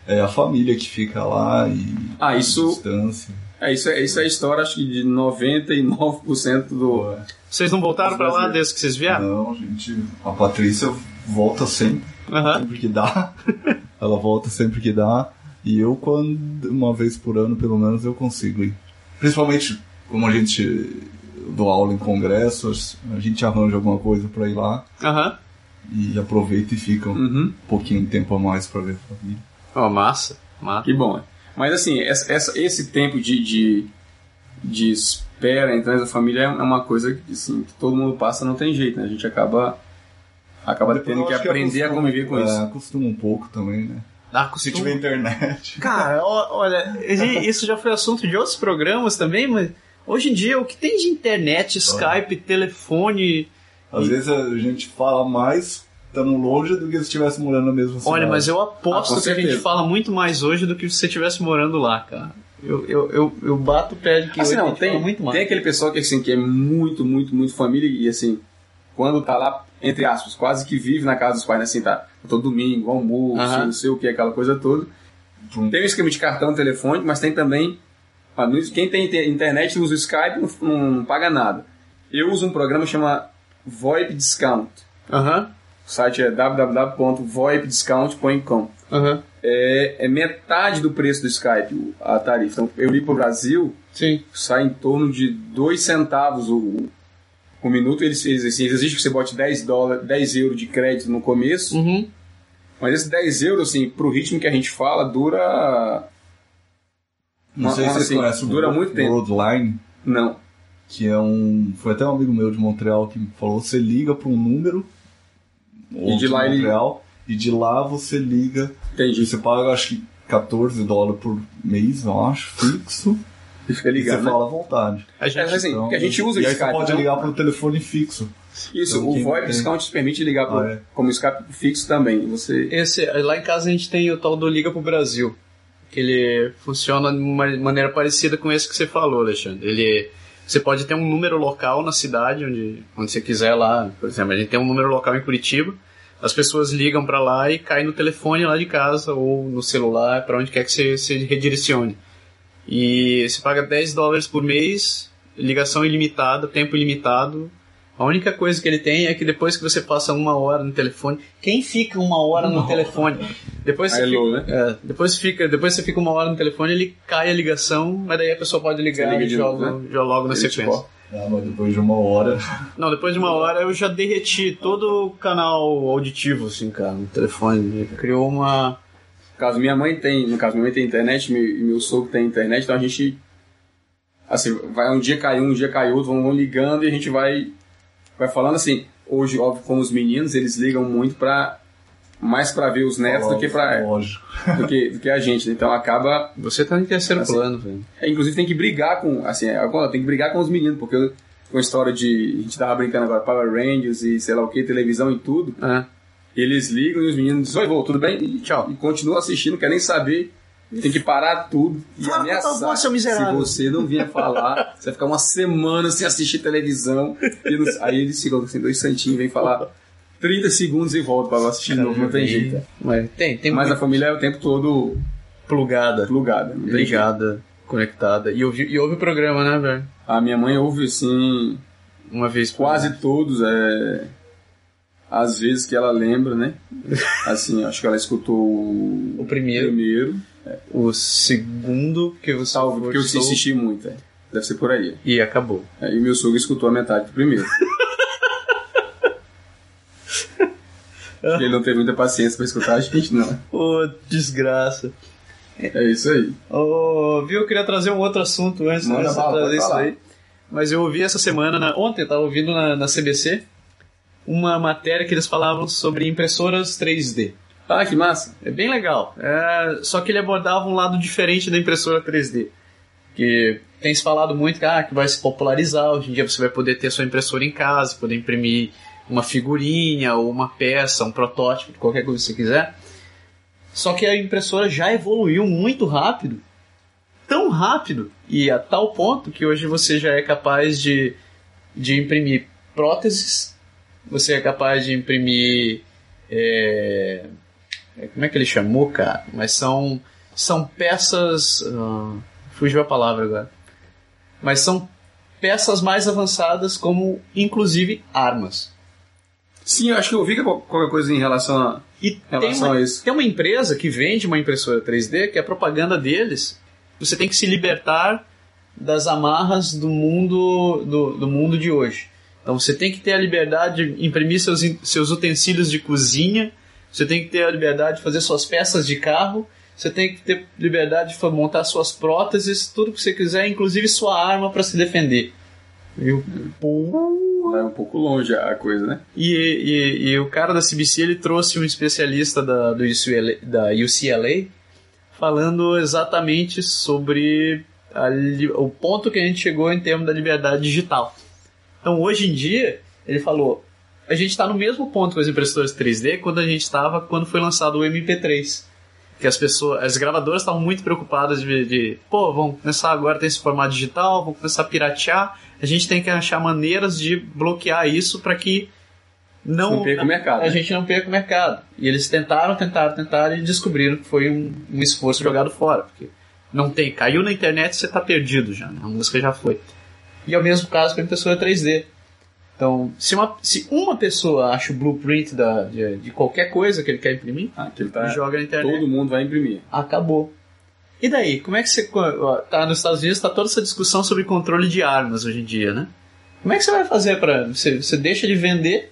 Speaker 3: É a família que fica lá e
Speaker 2: Ah,
Speaker 3: a
Speaker 2: isso
Speaker 3: distância.
Speaker 2: é, isso é, isso é a história, acho que de 99% do...
Speaker 3: Ué,
Speaker 1: Vocês não voltaram pra lá
Speaker 2: Brasileiro.
Speaker 1: desde que vocês
Speaker 2: É.
Speaker 1: vieram?
Speaker 3: Não, gente, a Patrícia volta sempre,
Speaker 1: Aham.
Speaker 3: sempre que dá. [LAUGHS] Ela volta sempre que dá. E eu quando uma vez por ano, pelo menos, eu consigo ir. Principalmente como a gente dou aula em congressos, a gente arranja alguma coisa pra ir lá
Speaker 1: Aham.
Speaker 3: e aproveita e fica um
Speaker 2: Uhum.
Speaker 3: pouquinho de tempo a mais pra ver a família.
Speaker 1: Ó, massa. massa.
Speaker 2: Que bom. Mas assim, essa- essa- esse tempo de, de, de espera entre nós, a família é uma coisa que, assim, que todo mundo passa, não tem jeito, né? A gente acaba, acaba
Speaker 3: Depois eu
Speaker 2: tendo que
Speaker 3: acho que
Speaker 2: aprender a
Speaker 3: acostuma-
Speaker 2: conviver com
Speaker 3: É,
Speaker 2: isso.
Speaker 3: acostuma um pouco também, né?
Speaker 1: Ah,
Speaker 3: Se
Speaker 1: costuma-
Speaker 3: tiver internet.
Speaker 1: Cara, ó, olha, esse- isso já foi assunto de outros programas também, mas hoje em dia o que tem de internet, Skype, telefone.
Speaker 3: Às vezes a gente fala mais estando longe do que se estivesse morando na mesma cidade.
Speaker 1: Olha, mas eu
Speaker 2: Ah,
Speaker 1: aposto
Speaker 2: com
Speaker 1: que a gente
Speaker 2: certeza.
Speaker 1: fala muito mais hoje do que se você estivesse morando lá, cara. Eu, eu, eu, eu bato o pé de que
Speaker 2: Assim,
Speaker 1: hoje a
Speaker 2: não,
Speaker 1: gente fala
Speaker 2: tem,
Speaker 1: muito mais.
Speaker 2: tem aquele pessoal que, assim, que é muito, muito, muito família e assim, quando tá lá, entre aspas, quase que vive na casa dos pais, né? Assim, tá, todo domingo, almoço,
Speaker 1: Aham.
Speaker 2: não sei o que, aquela coisa toda.
Speaker 3: Hum.
Speaker 2: Tem o esquema de cartão, telefone, mas tem também. ah, no- Quem tem inte- internet usa o Skype, não, não- não paga nada. Eu uso um programa que chama VoIP Discount.
Speaker 1: Aham,
Speaker 2: O site é www.voipdiscount.com.
Speaker 1: aham.
Speaker 2: É, é metade do preço do Skype o- a tarifa. Então, eu li para o Brasil,
Speaker 1: Sim.
Speaker 2: sai em torno de 2 centavos o, o minuto. Eles, eles, assim, eles exigem que você bote 10, dólar, 10 euros de crédito no começo,
Speaker 3: Hum.
Speaker 1: Uhum.
Speaker 2: mas esse 10 euros, assim, pro ritmo que a gente fala, dura.
Speaker 3: Não sei se
Speaker 2: Assim,
Speaker 3: você conhece o
Speaker 2: dura muito tempo.
Speaker 3: Worldline,
Speaker 2: Não.
Speaker 3: que é um. Foi até um amigo meu de Montreal que me falou: você liga para um número, ou
Speaker 2: de lá ele-
Speaker 3: Montreal, e de lá você liga. E
Speaker 2: Entendi.
Speaker 3: você paga, acho que 14 dólares por mês, eu acho, fixo.
Speaker 2: E Fica
Speaker 3: e você
Speaker 2: ligado. né?
Speaker 3: fala à vontade.
Speaker 1: A
Speaker 2: É,
Speaker 1: gente...
Speaker 2: mas assim,
Speaker 3: Então,
Speaker 2: porque a gente usa
Speaker 3: e
Speaker 2: o
Speaker 3: aí
Speaker 2: Skype.
Speaker 3: você pode
Speaker 2: né?
Speaker 3: ligar para o telefone fixo.
Speaker 2: Isso,
Speaker 3: Então,
Speaker 2: o
Speaker 3: quem
Speaker 2: VoIP
Speaker 3: tem-
Speaker 2: Discount te permite ligar pro,
Speaker 3: Ah, é.
Speaker 2: como Skype fixo também. Você.
Speaker 1: Esse, lá em casa a gente tem o tal do Liga pro Brasil. Que ele funciona de uma maneira parecida com esse que você falou, Alexandre. Ele, você pode ter um número local na cidade, onde, onde você quiser lá. Por exemplo, a gente tem um número local em Curitiba. As pessoas ligam pra lá e caem no telefone lá de casa ou no celular, pra onde quer que você se redirecione. E você paga 10 dólares por mês, ligação ilimitada, tempo ilimitado, a única coisa que ele tem é que depois que você passa uma hora no telefone, quem fica uma hora no telefone? Depois você,
Speaker 2: Aí,
Speaker 1: fica,
Speaker 2: Lou, né?
Speaker 1: é, depois fica, depois você fica uma hora no telefone, ele cai a ligação, mas daí a pessoa pode ligar
Speaker 2: Você liga
Speaker 1: e
Speaker 2: de
Speaker 1: joga,
Speaker 2: novo, né?
Speaker 1: joga logo na
Speaker 2: Ele te
Speaker 1: sequência.
Speaker 2: corta.
Speaker 3: Ah, mas depois de uma hora.
Speaker 1: Não, depois de uma hora eu já derreti todo o canal auditivo, assim, cara, no telefone. Ele Criou uma.
Speaker 2: No caso, minha mãe tem, no caso, minha mãe tem internet, meu, e meu sogro tem internet, então a gente. Assim, vai um dia cai um, um dia cai outro, vão, vão ligando e a gente vai. Vai falando assim. Hoje, óbvio, com os meninos, eles ligam muito pra. Mais pra ver os netos do que pra.
Speaker 3: Lógico.
Speaker 2: do que, do que a gente, né? Então acaba.
Speaker 1: Você tá em terceiro
Speaker 2: Assim.
Speaker 1: plano, velho.
Speaker 2: é, Inclusive tem que brigar com. Assim, agora tem que brigar com os meninos, porque eu- com a história de. A gente tava brincando agora, Power Rangers e sei lá o que, televisão e tudo.
Speaker 1: É.
Speaker 2: Eles ligam e os meninos dizem, oi, vô, tudo bem? E tchau. E continuam assistindo, não quer nem saber. Tem que parar tudo e
Speaker 1: Fala com a tua
Speaker 2: ameaçar.
Speaker 1: voz, seu
Speaker 2: Se
Speaker 1: miserável.
Speaker 2: você não vier
Speaker 1: [LAUGHS]
Speaker 2: falar, você vai ficar uma semana sem assistir televisão. E não- Aí eles ficam assim, dois santinhos, vem falar 30 segundos e volta pra assistir de novo, não tem jeito.
Speaker 1: Mas tem, tem
Speaker 2: Mas a
Speaker 1: muita
Speaker 2: família é o tempo todo
Speaker 1: plugada.
Speaker 2: plugada. né? não tem jeito.
Speaker 1: ligada, conectada. E ouve, e ouve o programa, né, velho?
Speaker 2: A minha mãe ouve, assim,
Speaker 1: Uma vez por
Speaker 2: quase todos, é... Às vezes que ela lembra, né? Assim, acho que ela escutou
Speaker 1: O
Speaker 2: o
Speaker 1: primeiro,
Speaker 2: primeiro.
Speaker 1: o segundo, porque você
Speaker 2: Salvo, porque eu
Speaker 1: gostou,
Speaker 2: insisti muito. é. Deve ser por aí.
Speaker 1: E acabou.
Speaker 2: É, E o meu sogro escutou a metade do primeiro.
Speaker 1: [LAUGHS]
Speaker 2: Ele não teve muita paciência pra escutar a gente, não.
Speaker 1: Ô, desgraça.
Speaker 2: É isso aí.
Speaker 1: Ô, viu? Eu queria trazer um outro assunto antes
Speaker 2: Manda
Speaker 1: antes de
Speaker 2: bala,
Speaker 1: trazer
Speaker 2: pode
Speaker 1: isso
Speaker 2: falar.
Speaker 1: aí. Mas eu ouvi essa semana, na- ontem eu tava ouvindo na, na CBC, uma matéria que eles falavam sobre impressoras 3D.
Speaker 2: Ah, que massa.
Speaker 1: É bem legal. É, só que ele abordava um lado diferente da impressora 3D. Que tem se falado muito ah, que vai se popularizar. Hoje em dia você vai poder ter sua impressora em casa, poder imprimir uma figurinha ou uma peça, um protótipo, de qualquer coisa que você quiser. Só que a impressora já evoluiu muito rápido. Tão rápido e a tal ponto que hoje você já é capaz de, de imprimir próteses, você é capaz de imprimir. é, é, como é que ele chamou, cara? Mas são são peças, ah, fugiu a palavra agora. Mas são peças mais avançadas como inclusive armas.
Speaker 2: Sim, eu acho que eu ouvi que qual- qualquer coisa em relação a,
Speaker 1: E
Speaker 2: em
Speaker 1: tem
Speaker 2: relação
Speaker 1: uma,
Speaker 2: a isso.
Speaker 1: tem uma empresa que vende uma impressora 3D que é a propaganda deles, você tem que se libertar das amarras do mundo do, do mundo de hoje. Então você tem que ter a liberdade de imprimir seus, in- seus utensílios de cozinha, você tem que ter a liberdade de fazer suas peças de carro, você tem que ter liberdade de fa- montar suas próteses, tudo que você quiser, inclusive sua arma para se defender. Viu?
Speaker 2: Vai um pouco longe a coisa, né?
Speaker 1: E, e- e o cara da CBC ele trouxe um especialista da, do UCLA, da UCLA falando exatamente sobre a li- o ponto que a gente chegou em termos da liberdade digital. Então hoje em dia, ele falou, a gente está no mesmo ponto com as impressoras 3D quando a gente estava quando foi lançado o MP3. Que as pessoas, as gravadoras estavam muito preocupadas de, de pô, vão começar agora tem esse formato digital, vão começar a piratear. A gente tem que achar maneiras de bloquear isso para que
Speaker 2: Não perca o mercado,
Speaker 1: A
Speaker 2: né?
Speaker 1: gente não perca o mercado. E eles tentaram, tentaram, tentaram e descobriram que foi um, um esforço jogado fora. Porque não tem. Caiu na internet, você tá perdido já. né? A música já foi. E é o mesmo caso com a impressora 3D. Então, se uma, se uma pessoa acha o blueprint da, de, de qualquer coisa que ele quer imprimir,
Speaker 2: Ah, aquilo tá.
Speaker 1: ele joga né? na internet
Speaker 2: Todo mundo vai imprimir.
Speaker 1: acabou. E daí, como é que você. ó, Tá nos Estados Unidos, tá toda essa discussão sobre controle de armas hoje em dia, né? Como é que você vai fazer pra. Você, você deixa de vender,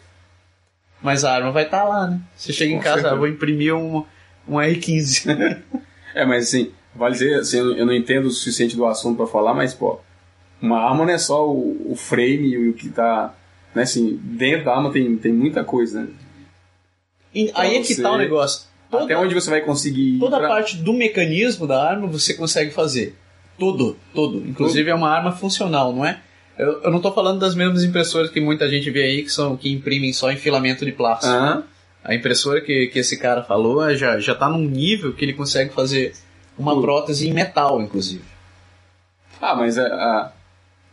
Speaker 1: mas a arma vai estar lá, né? Você chega em
Speaker 2: Com
Speaker 1: casa,
Speaker 2: certeza.
Speaker 1: ah, vou imprimir um, um R15.
Speaker 2: É, mas assim, vale dizer, assim, eu não- eu não entendo o suficiente do assunto pra falar, mas, pô, uma arma não é só o, o frame e o que tá. Né, assim, dentro da arma tem, tem muita coisa, né?
Speaker 1: [LAUGHS] E aí é que
Speaker 2: Então, você-
Speaker 1: tá o negócio. Toda,
Speaker 2: Até onde você vai conseguir. ir
Speaker 1: toda
Speaker 2: pra-
Speaker 1: parte do mecanismo da arma você consegue fazer. Todo, todo. Inclusive é uma arma funcional, não é? Eu, eu não tô falando das mesmas impressoras que muita gente vê aí, que são que imprimem só em filamento de plástico.
Speaker 2: Aham.
Speaker 1: A impressora que, que esse cara falou eh, já, já tá num nível que ele consegue fazer uma
Speaker 2: Pô.
Speaker 1: prótese em metal, inclusive.
Speaker 2: Ah, mas a, a-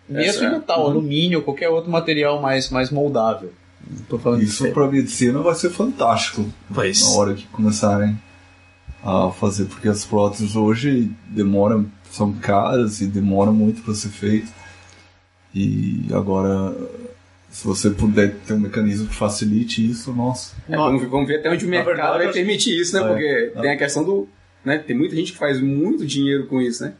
Speaker 1: Mesmo
Speaker 2: é.
Speaker 1: em metal,
Speaker 2: Uhum.
Speaker 1: alumínio ou qualquer outro material mais, mais moldável. Não Tô falando
Speaker 2: é
Speaker 3: Isso
Speaker 1: de
Speaker 3: pra medicina vai ser fantástico
Speaker 1: Pois.
Speaker 3: na hora que começarem a fazer, porque as próteses hoje demoram, são caras e demoram muito para ser feito. E agora, se você puder ter um mecanismo que facilite isso, nossa.
Speaker 2: é, vamos, vamos ver até onde o
Speaker 1: Na
Speaker 2: mercado
Speaker 1: verdade,
Speaker 2: vai
Speaker 1: eu-
Speaker 2: permitir isso, né?
Speaker 3: É.
Speaker 2: Porque tem a questão do. Né, tem muita gente que faz muito dinheiro com isso, né?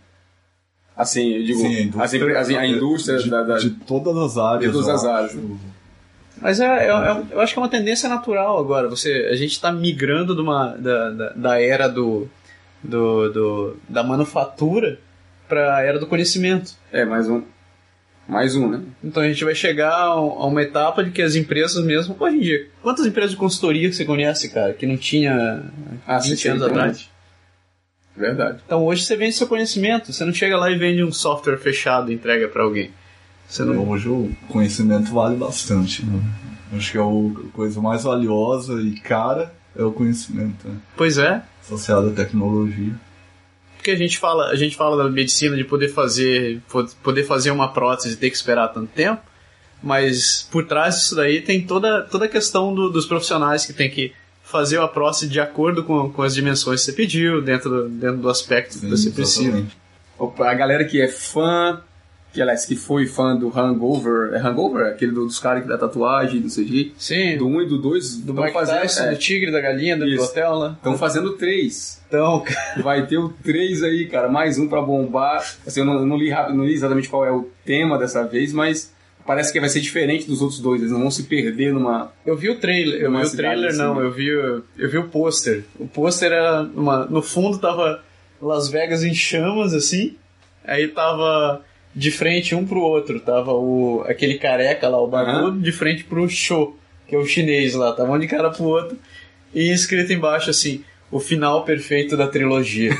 Speaker 2: Assim, eu digo, as empre- as-
Speaker 1: é,
Speaker 2: a indústria
Speaker 3: de,
Speaker 2: da- da-
Speaker 3: de todas as áreas.
Speaker 2: de todas
Speaker 3: eu
Speaker 2: as
Speaker 3: acho.
Speaker 2: áreas.
Speaker 1: Mas é, é- é- eu acho que é uma tendência natural agora. Você, a gente está migrando de uma- da, da, da era do, do, do- da manufatura para a era do conhecimento.
Speaker 2: É, mais um. Mais um, né?
Speaker 1: Então a gente vai chegar a um, a uma etapa de que as empresas mesmo. Hoje em dia, quantas empresas de consultoria que você conhece, cara, que não tinha
Speaker 2: Ah,
Speaker 1: 20
Speaker 2: sim,
Speaker 1: anos
Speaker 2: tem
Speaker 1: atrás?
Speaker 2: Verdade.
Speaker 1: Então hoje você vende seu conhecimento, você não chega lá e vende um software fechado e entrega para alguém. Você não.
Speaker 3: Hoje o conhecimento vale bastante. né? Acho que é o- a coisa mais valiosa e cara é o conhecimento, né?
Speaker 1: Pois é,
Speaker 3: associado à tecnologia.
Speaker 1: porque a gente fala, a gente fala da medicina de poder fazer, po- poder fazer uma prótese e ter que esperar tanto tempo, mas por trás disso daí tem toda, toda a questão do- dos profissionais que tem que fazer a prótese de acordo com, com as dimensões que você pediu, dentro do, dentro do aspecto que você precisa.
Speaker 3: Exatamente.
Speaker 2: Opa, A galera que é fã, que aliás, que foi fã do Hangover, é Hangover? Aquele do- dos caras que dá tatuagem, não sei o quê.
Speaker 1: Sim,
Speaker 2: Do 1 e do 2
Speaker 1: do
Speaker 2: estão
Speaker 1: Mike Tyson, né?
Speaker 2: fazendo.
Speaker 1: do tigre, da galinha, dentro do
Speaker 2: Isso.
Speaker 1: hotel, né?
Speaker 2: Estão fazendo 3.
Speaker 1: Então,
Speaker 2: Vai ter o 3 aí, cara. Mais um pra bombar. Assim, eu não, eu não li rápido, não li exatamente qual é o tema dessa vez, mas parece que vai ser diferente dos outros dois. Eles não vão se perder numa.
Speaker 1: Eu vi o trailer, eu
Speaker 2: Numa
Speaker 1: vi o
Speaker 2: cidade
Speaker 1: trailer
Speaker 2: assim,
Speaker 1: não,
Speaker 2: né?
Speaker 1: eu vi, o- eu vi o pôster. O pôster era uma, no fundo tava Las Vegas em chamas assim. Aí tava de frente um pro outro, tava o aquele careca lá, o barbudo, de frente pro show, que é o chinês lá, tava um de cara pro outro. E escrito embaixo assim, o final perfeito da
Speaker 2: [LAUGHS]
Speaker 1: trilogia.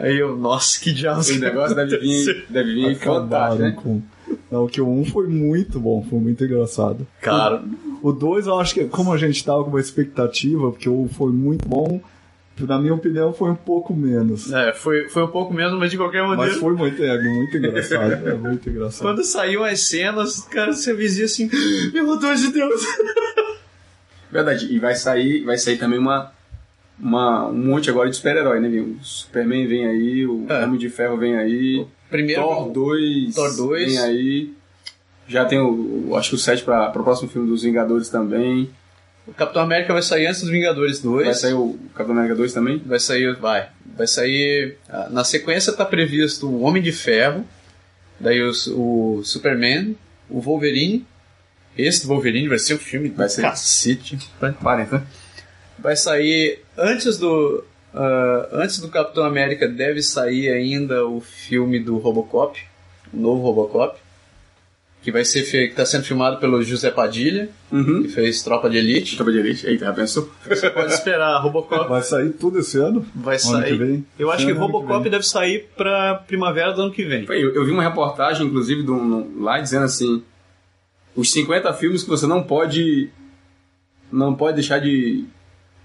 Speaker 1: Aí eu, nossa, que diabo
Speaker 2: O
Speaker 1: que
Speaker 2: um negócio deve
Speaker 1: [LAUGHS] aconteceu?
Speaker 2: vir, deve vir fantástico,
Speaker 3: Acabaram
Speaker 2: né?
Speaker 3: com... Não, que o 1 foi muito bom, foi muito engraçado.
Speaker 1: Cara,
Speaker 3: O 2, eu acho que, como a gente tava com uma expectativa, porque o 1 foi muito bom, na minha opinião, foi um pouco menos.
Speaker 1: é, foi, foi um pouco mesmo, mas de qualquer maneira.
Speaker 3: Mas foi muito, é, muito engraçado. É muito engraçado.
Speaker 1: Quando saiu as cenas, cara, você vizia assim, pelo amor de Deus.
Speaker 2: Verdade, e vai sair, vai sair também uma, uma, um monte agora de super-herói, né, viu? O Superman vem aí, o
Speaker 1: É.
Speaker 2: Homem de Ferro vem aí,
Speaker 1: Primeiro,
Speaker 2: Thor 2,
Speaker 1: Thor 2.
Speaker 2: vem aí. Já tem o, o- acho que o 7 para o próximo filme dos Vingadores também.
Speaker 1: o Capitão América vai sair antes dos Vingadores 2.
Speaker 2: Vai sair o Capitão América 2 também?
Speaker 1: Vai sair, vai. Vai sair. ah, Na sequência tá previsto o Homem de Ferro, daí o, Su- o Superman, o Wolverine. Esse do Wolverine vai ser um filme do
Speaker 2: Vai ser.
Speaker 1: cacete. Vai-
Speaker 2: 40.
Speaker 1: Vai sair antes do. ah, antes do Capitão América deve sair ainda o filme do Robocop, o novo Robocop, que vai ser fi- que está sendo filmado pelo José Padilha,
Speaker 2: Uhum.
Speaker 1: que fez Tropa de Elite.
Speaker 2: Tropa de Elite. Eita, já pensou?
Speaker 1: Você pode esperar, Robocop
Speaker 3: Vai sair tudo esse ano?
Speaker 1: vai
Speaker 3: Ano que
Speaker 1: sair.
Speaker 3: vem?
Speaker 1: Eu acho que
Speaker 3: Ano que
Speaker 1: Robocop
Speaker 3: vem.
Speaker 1: deve sair pra primavera do ano que vem.
Speaker 2: Eu, eu vi uma reportagem, inclusive, de um, lá dizendo assim: os 50 filmes que você não pode não pode deixar de,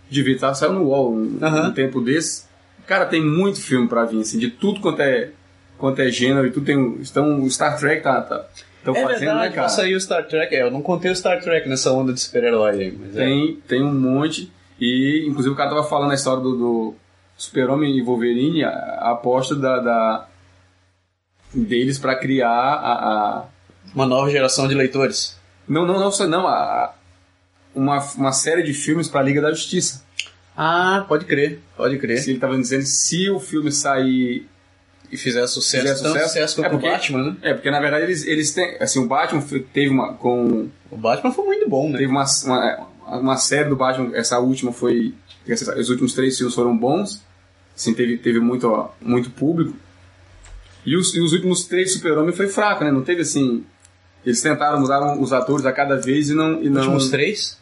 Speaker 2: de ver, tá? Saiu no UOL um,
Speaker 1: Aham.
Speaker 2: um tempo desse. Cara, tem muito filme pra vir, assim, de tudo quanto é, quanto é gênero e tudo tem. um- Então, o Star Trek tá, tá, estão
Speaker 1: É
Speaker 2: fazendo,
Speaker 1: verdade,
Speaker 2: né,
Speaker 1: vai
Speaker 2: cara?
Speaker 1: sair o Star Trek. É, eu não contei o Star Trek nessa onda de super-herói aí, mas é.
Speaker 2: Tem, tem um monte. E, inclusive, o cara tava falando a história do, do Super-Homem e Wolverine, a, a aposta da, da- deles pra criar a. a-
Speaker 1: uma nova geração de leitores.
Speaker 2: não, não, não, só- não, a, a- uma, uma série de filmes pra Liga da Justiça.
Speaker 1: Ah, pode crer, pode crer.
Speaker 2: Se ele tava dizendo que se o filme sair.
Speaker 1: E fizer sucesso,
Speaker 2: Fizer
Speaker 1: tanto
Speaker 2: sucesso.
Speaker 1: sucesso quanto
Speaker 2: É porque-
Speaker 1: o Batman, né?
Speaker 2: É, porque na verdade eles, eles têm. Assim, o Batman fe- teve uma. Com,
Speaker 1: O Batman foi muito bom, né?
Speaker 2: teve uma, uma, uma série do Batman, essa última foi. essa- Os últimos três filmes foram bons. Assim, teve, teve muito, ó, muito público. E os, e os últimos três Super-Homem foi fraco, né? Não teve assim. Eles tentaram mudar os atores a cada vez e não. E
Speaker 1: Os
Speaker 2: não...
Speaker 1: últimos três?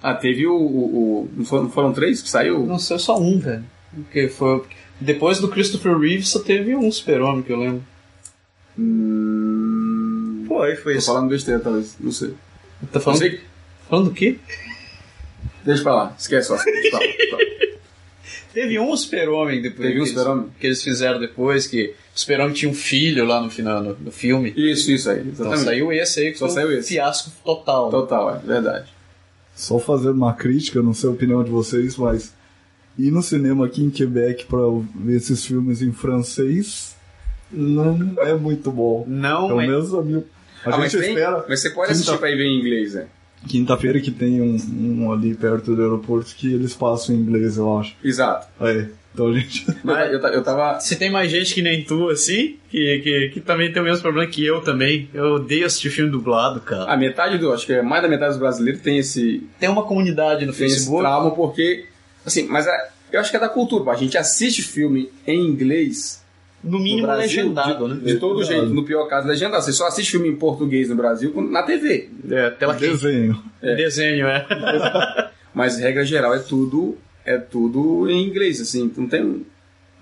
Speaker 2: Ah, teve o. o, o- não, foram, não foram três que saiu?
Speaker 1: Não sei, só um, velho. Porque foi... Depois do Christopher Reeve só teve um super-homem que eu lembro.
Speaker 2: Hum...
Speaker 1: Foi, foi
Speaker 2: Tô falando besteira, talvez. Não sei.
Speaker 1: Tá
Speaker 2: Não
Speaker 1: falando,
Speaker 2: sei.
Speaker 1: falando do quê?
Speaker 2: Deixa pra lá. Esquece só. Deixa pra lá. Deixa pra lá.
Speaker 1: Teve um super-homem depois.
Speaker 2: Teve um
Speaker 1: que eles-
Speaker 2: Super-Homem?
Speaker 1: Que eles fizeram depois, que o super-homem tinha um filho lá no final no- do filme.
Speaker 2: Isso, isso aí.
Speaker 1: Então
Speaker 2: Exatamente.
Speaker 1: saiu esse aí, que
Speaker 2: Só
Speaker 1: foi
Speaker 2: saiu
Speaker 1: um
Speaker 2: esse.
Speaker 1: fiasco total.
Speaker 2: Total, é verdade.
Speaker 3: Só fazendo uma crítica, não sei a opinião de vocês, mas ir no cinema aqui em Quebec pra ver esses filmes em francês não é muito bom.
Speaker 1: Não,
Speaker 3: Pelo
Speaker 1: é...
Speaker 3: menos a minha. A
Speaker 2: Ah, mas
Speaker 3: gente
Speaker 2: tem-
Speaker 3: espera.
Speaker 2: Mas você pode assistir
Speaker 3: Quinta-
Speaker 2: pra ir ver em inglês, né?
Speaker 3: Quinta-feira que tem um, um ali perto do aeroporto que eles passam em inglês, eu acho.
Speaker 2: Exato.
Speaker 1: [LAUGHS]
Speaker 3: Aí, então a gente.
Speaker 2: Mas eu, ta- eu tava.
Speaker 1: Se tem mais gente que nem tu, assim, que, que, que também tem o mesmo problema que eu também. Eu odeio assistir filme dublado, cara.
Speaker 2: A metade do. Acho que é mais da metade dos brasileiros tem esse,
Speaker 1: Tem uma comunidade no
Speaker 2: tem esse
Speaker 1: Facebook.
Speaker 2: trauma, porque. Assim, mas é- eu acho que é da cultura. pô. A gente assiste filme em inglês.
Speaker 1: No
Speaker 2: No
Speaker 1: mínimo
Speaker 2: Brasil,
Speaker 1: legendado,
Speaker 2: de,
Speaker 1: né?
Speaker 2: De todo
Speaker 3: Legendado.
Speaker 2: jeito. No pior caso, legendado. Você só assiste filme em português no Brasil quando- na TV.
Speaker 1: É,
Speaker 3: [LAUGHS]
Speaker 1: tela quente.
Speaker 3: Desenho.
Speaker 2: É.
Speaker 1: Desenho, é.
Speaker 2: Mas regra geral é tudo. É tudo em inglês, assim. Não tem.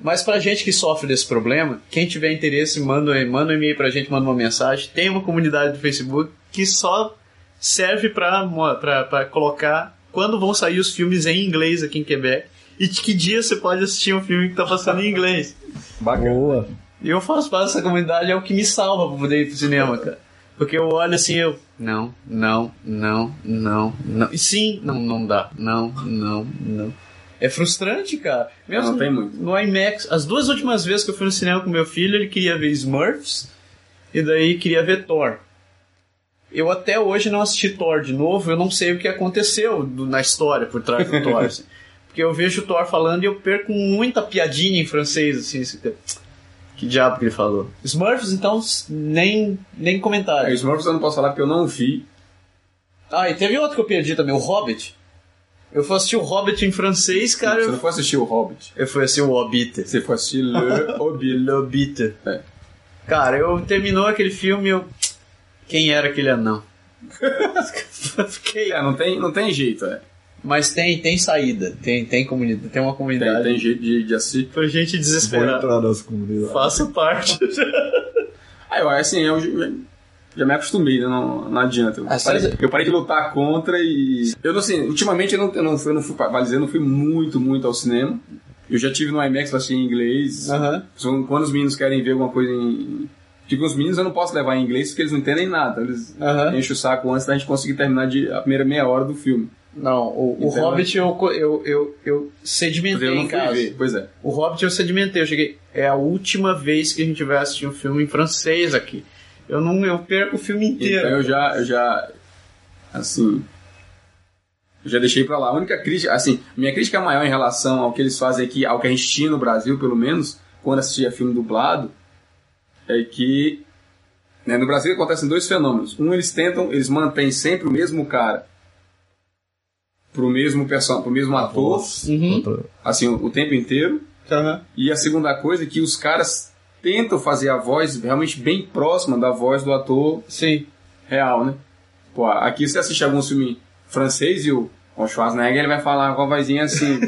Speaker 1: Mas pra gente que sofre desse problema, quem tiver interesse, manda, um- manda um e-mail pra gente, manda uma mensagem. Tem uma comunidade do Facebook que só serve pra, mo- pra, pra colocar quando vão sair os filmes em inglês aqui em Quebec. E de que dia você pode assistir um filme que tá passando em inglês.
Speaker 3: Boa.
Speaker 1: E eu faço parte dessa comunidade, é o que me salva pra poder ir pro cinema, cara. Porque eu olho assim, eu. Não, não, não, não, não. E sim, não, não dá. Não, não, não. É frustrante, cara. Mesmo
Speaker 2: Não, tem muito.
Speaker 1: No IMAX, as duas últimas vezes que eu fui no cinema com meu filho, ele queria ver Smurfs e daí queria ver Thor. Eu até hoje não assisti Thor de novo, eu não sei o que aconteceu do- na história por trás do
Speaker 2: [LAUGHS]
Speaker 1: Thor. assim. Porque eu vejo o Thor falando e eu perco muita piadinha em francês, assim. assim, Que diabo que ele falou? Smurfs, então, s- nem, nem
Speaker 2: É,
Speaker 1: comentário.
Speaker 2: os Smurfs eu não posso falar porque eu não vi.
Speaker 1: Ah, e teve outro que eu perdi também, o Hobbit. Eu fui assistir o Hobbit em francês, cara.
Speaker 2: Você não
Speaker 1: Eu,
Speaker 2: foi assistir o Hobbit.
Speaker 1: eu fui assistir o Hobbit.
Speaker 2: Você foi
Speaker 1: [LAUGHS]
Speaker 2: assistir Le Hobbit.
Speaker 1: Lobita.
Speaker 2: É.
Speaker 1: Cara, eu terminou aquele filme eu. Quem era aquele
Speaker 2: [LAUGHS]
Speaker 1: anão? [LAUGHS] Fiquei.
Speaker 2: É, não tem, não tem jeito, é.
Speaker 1: Mas tem, tem saída, tem, tem comunidade, tem uma
Speaker 2: Tem,
Speaker 1: comunidade.
Speaker 2: tem jeito de, de assistir.
Speaker 1: Pra gente
Speaker 3: Vou
Speaker 1: desesperada.
Speaker 3: entrar nas comunidades.
Speaker 1: Faça parte.
Speaker 2: Ah, eu assim, eu já, já me acostumei, né? Não, não adianta. Eu,
Speaker 1: Ah,
Speaker 2: parei,
Speaker 1: sério?
Speaker 2: eu parei de lutar contra e. Eu não assim, ultimamente eu não, eu não fui, eu não fui, pra- vale dizer, eu não fui muito, muito ao cinema. Eu já tive no IMAX pra assistir em inglês.
Speaker 1: Aham.
Speaker 2: São- Quando os meninos querem ver alguma coisa em. Digo, os meninos eu não posso levar em inglês porque eles não entendem nada. Eles
Speaker 1: Aham.
Speaker 2: enchem o saco antes da gente conseguir terminar de, a primeira meia hora do filme.
Speaker 1: Não, o, o
Speaker 2: Então-
Speaker 1: Hobbit eu, co- eu, eu, eu
Speaker 2: Quer dizer,
Speaker 1: sedimentei
Speaker 2: eu
Speaker 1: em
Speaker 2: não fui
Speaker 1: casa.
Speaker 2: ver. Pois é.
Speaker 1: O Hobbit eu sedimentei, eu cheguei. É a última vez que a gente vai assistir um filme em francês aqui. Eu não eu perco o filme inteiro.
Speaker 2: Então eu já, eu já, assim, eu já deixei pra lá. A única crítica, assim, minha crítica maior em relação ao que eles fazem aqui, ao que a gente tinha no Brasil, pelo menos, quando assistia filme dublado, é que né, no Brasil acontecem dois fenômenos. Um, eles tentam, eles mantêm sempre o mesmo cara pro mesmo personagem, pro mesmo ator,
Speaker 1: Uhum.
Speaker 3: Outra-
Speaker 2: assim, o, o tempo inteiro.
Speaker 1: Aham.
Speaker 2: E a segunda coisa é que os caras tentam fazer a voz realmente bem próxima da voz do ator
Speaker 1: Sim.
Speaker 2: real, né? Pô, aqui você assiste algum filme francês e o, o Schwarzenegger ele vai falar com a vozinha assim.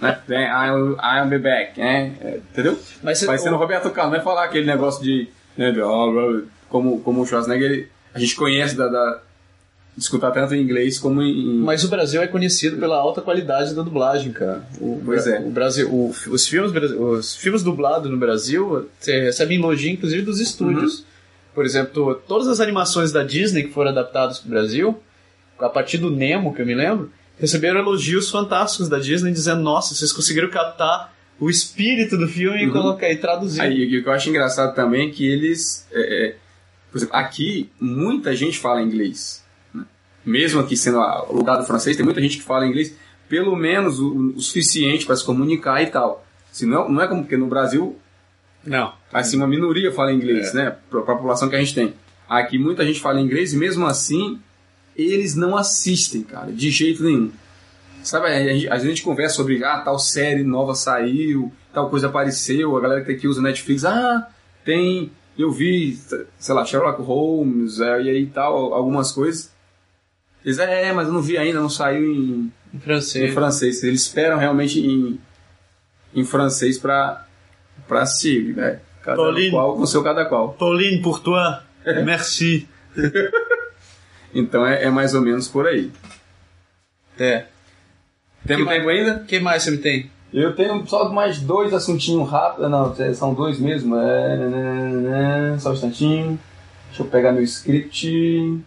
Speaker 2: né? Vem, I'll, I'll be back, né? É, Entendeu?
Speaker 1: Mas,
Speaker 2: Vai ser no
Speaker 1: o,
Speaker 2: Roberto Carlos, não vai falar aquele negócio de. né, de, "Oh, bro", como, como o Schwarzenegger ele- a gente conhece da. da de escutar tanto em inglês como em. em-
Speaker 1: mas o Brasil é conhecido pela alta qualidade da dublagem, cara. O,
Speaker 2: Pois é.
Speaker 1: O Brasil, o- os,
Speaker 2: Uhum.
Speaker 1: filmes, bra- os filmes dublados no Brasil você recebe elogio, inclusive, dos estúdios. Por exemplo, tu- todas as animações da Disney que foram adaptadas para o Brasil, a partir do Nemo, que eu me lembro, receberam elogios fantásticos da Disney dizendo: Nossa, vocês conseguiram captar o espírito do filme e
Speaker 2: Uhum.
Speaker 1: colocar e traduzir.
Speaker 2: Aí, e o que eu acho engraçado também é que eles. é, é, por exemplo, aqui muita gente fala inglês. né? Mesmo aqui sendo a- o lugar do francês, tem muita gente que fala inglês, pelo menos o, o suficiente para se comunicar e tal. Se não, não é como porque no Brasil,
Speaker 1: Não.
Speaker 2: assim, uma minoria fala inglês, né? Para a população que a gente tem. Aqui muita gente fala inglês e mesmo assim eles não assistem, cara, de jeito nenhum. Sabe, a gente, a gente conversa sobre, ah, tal série nova saiu, tal coisa apareceu, a galera que aqui usa Netflix, ah, tem, eu vi, sei lá, Sherlock Holmes, é, e aí tal, algumas coisas. Eles, é, mas eu não vi ainda, não saiu em,
Speaker 1: Em
Speaker 2: em
Speaker 1: francês.
Speaker 2: francês. Eles esperam realmente em, em francês pra, pra si, né? Cada
Speaker 1: Paulinho.
Speaker 2: qual com seu cada qual.
Speaker 1: Pauline, pour
Speaker 2: [LAUGHS]
Speaker 1: toi, merci.
Speaker 2: Então é, é mais ou menos por aí.
Speaker 1: É.
Speaker 2: Temos
Speaker 1: Que mais?
Speaker 2: tempo ainda?
Speaker 1: O que mais você me tem?
Speaker 2: Eu tenho só mais dois assuntinhos rápidos. Não, são dois mesmo. É, né, né, né, né. Só um instantinho. Deixa eu pegar meu script.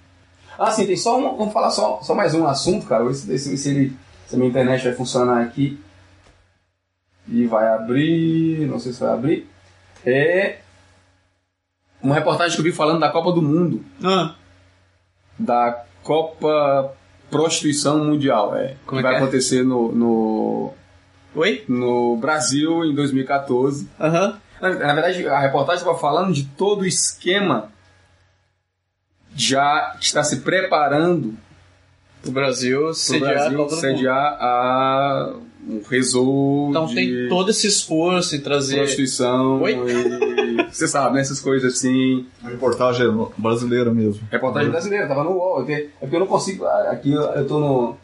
Speaker 2: Ah, sim, tem só um. Vamos falar só, só mais um assunto, cara. Vou ver se, se, ele, se a minha internet vai funcionar aqui. E vai abrir. Não sei se vai abrir. É. Uma reportagem que eu vi falando da Copa do Mundo.
Speaker 1: Ah,
Speaker 2: da Copa Prostituição Mundial. É.
Speaker 1: Como é
Speaker 2: vai
Speaker 1: que é?
Speaker 2: acontecer no, no,
Speaker 1: oi?
Speaker 2: no Brasil em 2014.
Speaker 1: Aham.
Speaker 2: Na, na verdade, a reportagem estava falando de todo o esquema já que está se preparando
Speaker 1: O Brasil
Speaker 2: para o
Speaker 1: sediar a
Speaker 2: Brasil
Speaker 1: Copa do Mundo.
Speaker 2: sediar a um resol
Speaker 1: Então
Speaker 2: de
Speaker 1: tem todo esse esforço em trazer.
Speaker 2: prostituição
Speaker 1: Oi?
Speaker 2: e- você sabe, né? Essas coisas assim.
Speaker 3: Uma reportagem brasileira mesmo.
Speaker 2: Reportagem brasileira, tava no UOL. É porque eu não consigo. ah, Aqui eu, eu tô no.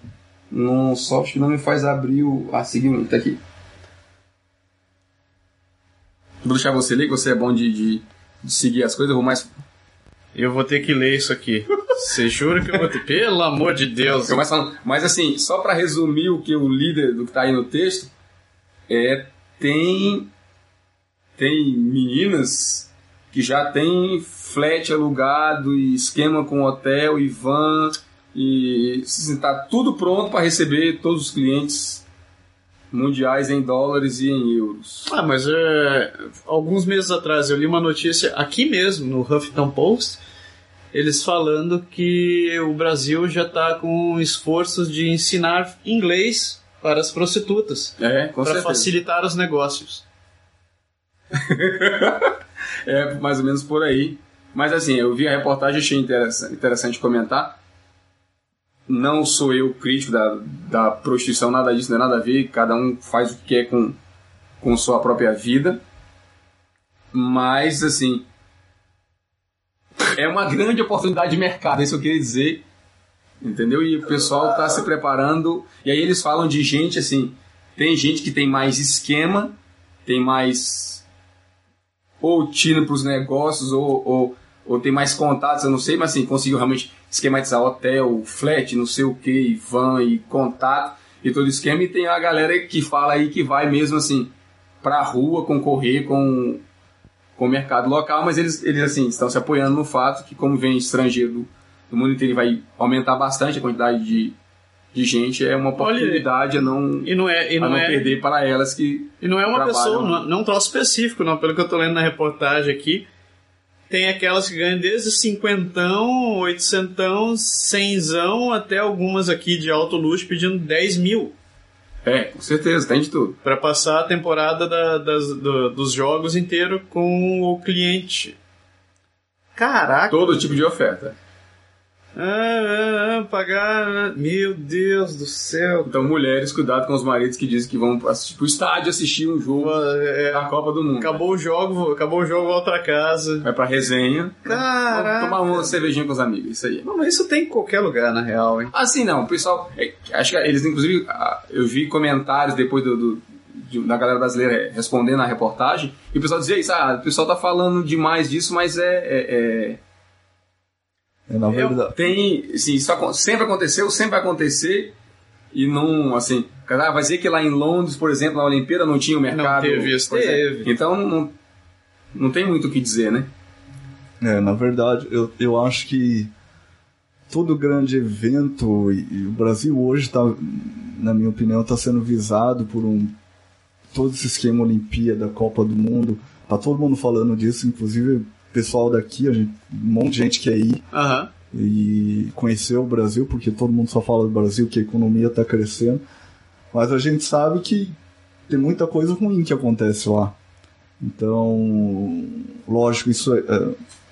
Speaker 2: Num software que não me faz abrir o. Ah, seguiu o link, tá aqui. Vou deixar você ler, que você é bom de, de- de seguir as coisas, eu vou mais.
Speaker 1: Eu vou ter que ler isso [LAUGHS] aqui. Você jura que eu vou ter? Pelo amor de Deus.
Speaker 2: eu Então, mais falando. Mas assim, só pra resumir o que o líder do que tá aí no texto, é. Tem. Tem meninas que já tem flat alugado e esquema com hotel e van e assim, tá tudo pronto para receber todos os clientes mundiais em dólares e em euros.
Speaker 1: Ah, mas é, alguns meses atrás eu li uma notícia aqui mesmo, no Huffington Post, eles falando que o Brasil já está com esforços de ensinar inglês para as prostitutas,
Speaker 2: É, com
Speaker 1: para
Speaker 2: certeza.
Speaker 1: facilitar os negócios.
Speaker 2: É mais ou menos por aí. Mas assim, eu vi a reportagem e achei interessante, interessante comentar. Não sou eu crítico da, da prostituição, nada disso, não é nada a ver. Cada um faz o que quer com, com sua própria vida. Mas assim, é uma grande oportunidade de mercado, é isso que eu queria dizer. Entendeu? E o pessoal está se preparando. E aí eles falam de gente assim: tem gente que tem mais esquema, tem mais ou tino para os negócios, ou, ou, ou tem mais contatos, eu não sei, mas assim, conseguiu realmente esquematizar hotel, flat, não sei o que, van e contato e todo esquema. E tem a galera que fala aí que vai mesmo assim para a rua concorrer com, com o mercado local, mas eles, eles assim estão se apoiando no fato que, como vem estrangeiro do, do mundo inteiro, vai aumentar bastante a quantidade de, de gente, é uma
Speaker 1: Olha aí.
Speaker 2: oportunidade a não,
Speaker 1: E não é, e
Speaker 2: a
Speaker 1: não
Speaker 2: não
Speaker 1: é,
Speaker 2: perder para elas que.
Speaker 1: e não é uma
Speaker 2: trabalham.
Speaker 1: pessoa, não, não é um troço específico, não. Pelo que eu tô lendo na reportagem aqui, tem aquelas que ganham desde cinquentão, oitocentão, cenzão, até algumas aqui de alto luxo pedindo 10 mil.
Speaker 2: É, com certeza, tem de tudo.
Speaker 1: Pra passar a temporada da- das- do- dos jogos inteiro com o cliente. Caraca!
Speaker 2: Todo tipo de oferta.
Speaker 1: Ah, ah, ah, pagar. ah, Meu Deus do céu!
Speaker 2: Então, mulheres, cuidado com os maridos que dizem que vão assistir pro estádio assistir um jogo
Speaker 1: É,
Speaker 2: da Copa do Mundo.
Speaker 1: acabou o jogo, acabou o jogo, volta pra casa.
Speaker 2: Vai pra resenha.
Speaker 1: Caraca!
Speaker 2: Tomar uma cervejinha com os amigos, isso aí.
Speaker 1: Não, mas isso tem em qualquer lugar, na real, hein?
Speaker 2: Assim não, o pessoal. é, acho que eles, inclusive, ah, eu vi comentários depois do, do- de- da galera brasileira é, respondendo a reportagem, e o pessoal dizia isso, ah, o pessoal tá falando demais disso, mas é. é- é-
Speaker 3: É, na verdade.
Speaker 2: tem. Assim, isso acon- sempre aconteceu, sempre vai acontecer, e não, assim. Ah, vai dizer que lá em Londres, por exemplo, na Olimpíada não tinha o mercado.
Speaker 1: teve isso,
Speaker 2: Pois é.
Speaker 1: teve.
Speaker 2: Então não, não tem muito o que dizer, né?
Speaker 3: É, na verdade, eu, eu acho que todo grande evento, e, e o Brasil hoje está, na minha opinião, está sendo visado por um todo esse esquema Olimpíada, Copa do Mundo. Tá todo mundo falando disso, inclusive pessoal daqui, a gente, um monte de gente quer ir
Speaker 1: Aham.
Speaker 3: e conhecer o Brasil, porque todo mundo só fala do Brasil, que a economia está crescendo. Mas a gente sabe que tem muita coisa ruim que acontece lá. Então, lógico, isso é, é,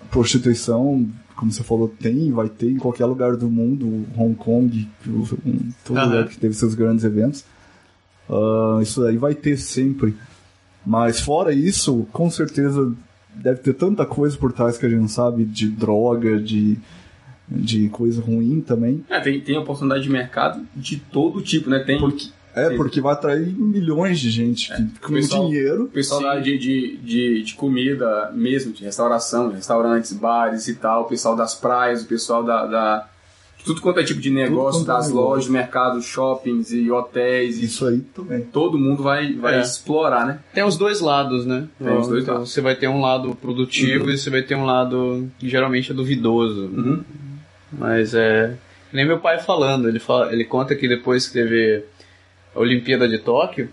Speaker 3: prostituição, como você falou, tem, vai ter em qualquer lugar do mundo, Hong Kong, um- todo
Speaker 1: Aham.
Speaker 3: lugar que teve seus grandes eventos. Ah, isso aí vai ter sempre. Mas fora isso, com certeza deve ter tanta coisa por trás que a gente não sabe, de droga, de, de coisa ruim também.
Speaker 2: É, tem, tem oportunidade de mercado de todo tipo, né? Tem
Speaker 3: Porque, é,
Speaker 2: Sim. É.
Speaker 3: porque vai atrair milhões de gente que, com
Speaker 2: pessoal-
Speaker 3: dinheiro.
Speaker 2: o pessoal
Speaker 1: Sim.
Speaker 2: lá de, de, de, de comida mesmo, de restauração, de restaurantes, bares e tal, o pessoal das praias, o pessoal da. da- de tudo quanto é tipo de negócio,
Speaker 3: quanto é
Speaker 2: das
Speaker 3: negócio.
Speaker 2: lojas, mercados, shoppings e hotéis, e
Speaker 3: Isso aí também.
Speaker 2: todo mundo vai, vai
Speaker 1: É.
Speaker 2: explorar, né?
Speaker 1: Tem os dois lados, né?
Speaker 2: Tem os dois
Speaker 1: Então,
Speaker 2: lados. Uhum.
Speaker 1: Você vai ter um lado produtivo e você vai ter um lado que geralmente é duvidoso. Mas é. Nem meu pai falando, ele, fala, ele conta que depois que teve a Olimpíada de Tóquio,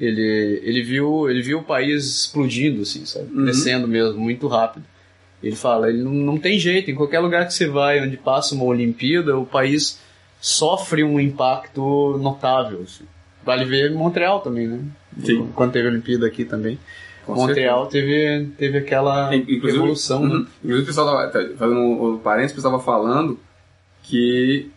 Speaker 1: ele, ele, viu, ele viu o país explodindo, assim, sabe?
Speaker 2: Uhum.
Speaker 1: Crescendo mesmo, muito rápido. Ele fala, ele não, não tem jeito, em qualquer lugar que você vai, onde passa uma Olimpíada, o país sofre um impacto notável. assim. Vale ver Montreal também, né?
Speaker 2: Sim.
Speaker 1: Quando teve a Olimpíada aqui também.
Speaker 2: Com
Speaker 1: Montreal teve, teve aquela
Speaker 2: Inclusive-
Speaker 1: evolução, né?
Speaker 2: Uhum. Inclusive, o pessoal tava, tá, fazendo um um parênteses, o pessoal tava falando que,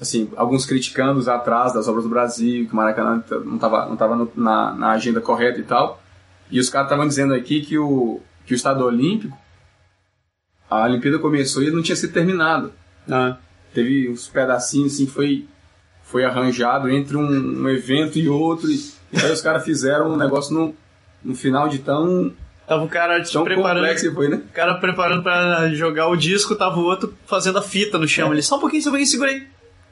Speaker 2: assim, alguns criticando os atrasos das obras do Brasil, que o Maracanã t- não tava, não tava no- na, na agenda correta e tal. E os caras estavam dizendo aqui que o, que o Estado Olímpico, a Olimpíada começou e não tinha sido terminado.
Speaker 1: Ah,
Speaker 2: Teve uns pedacinhos, assim, que foi, foi arranjado entre um, um evento e outro. E, e aí os caras fizeram um negócio no, no final de tão,
Speaker 1: Tava o cara te
Speaker 2: tão
Speaker 1: preparando
Speaker 2: complexo que foi, né?
Speaker 1: O cara preparando pra jogar o disco, tava o outro fazendo a fita no chão. Ele, só um pouquinho, só um pouquinho, segura aí.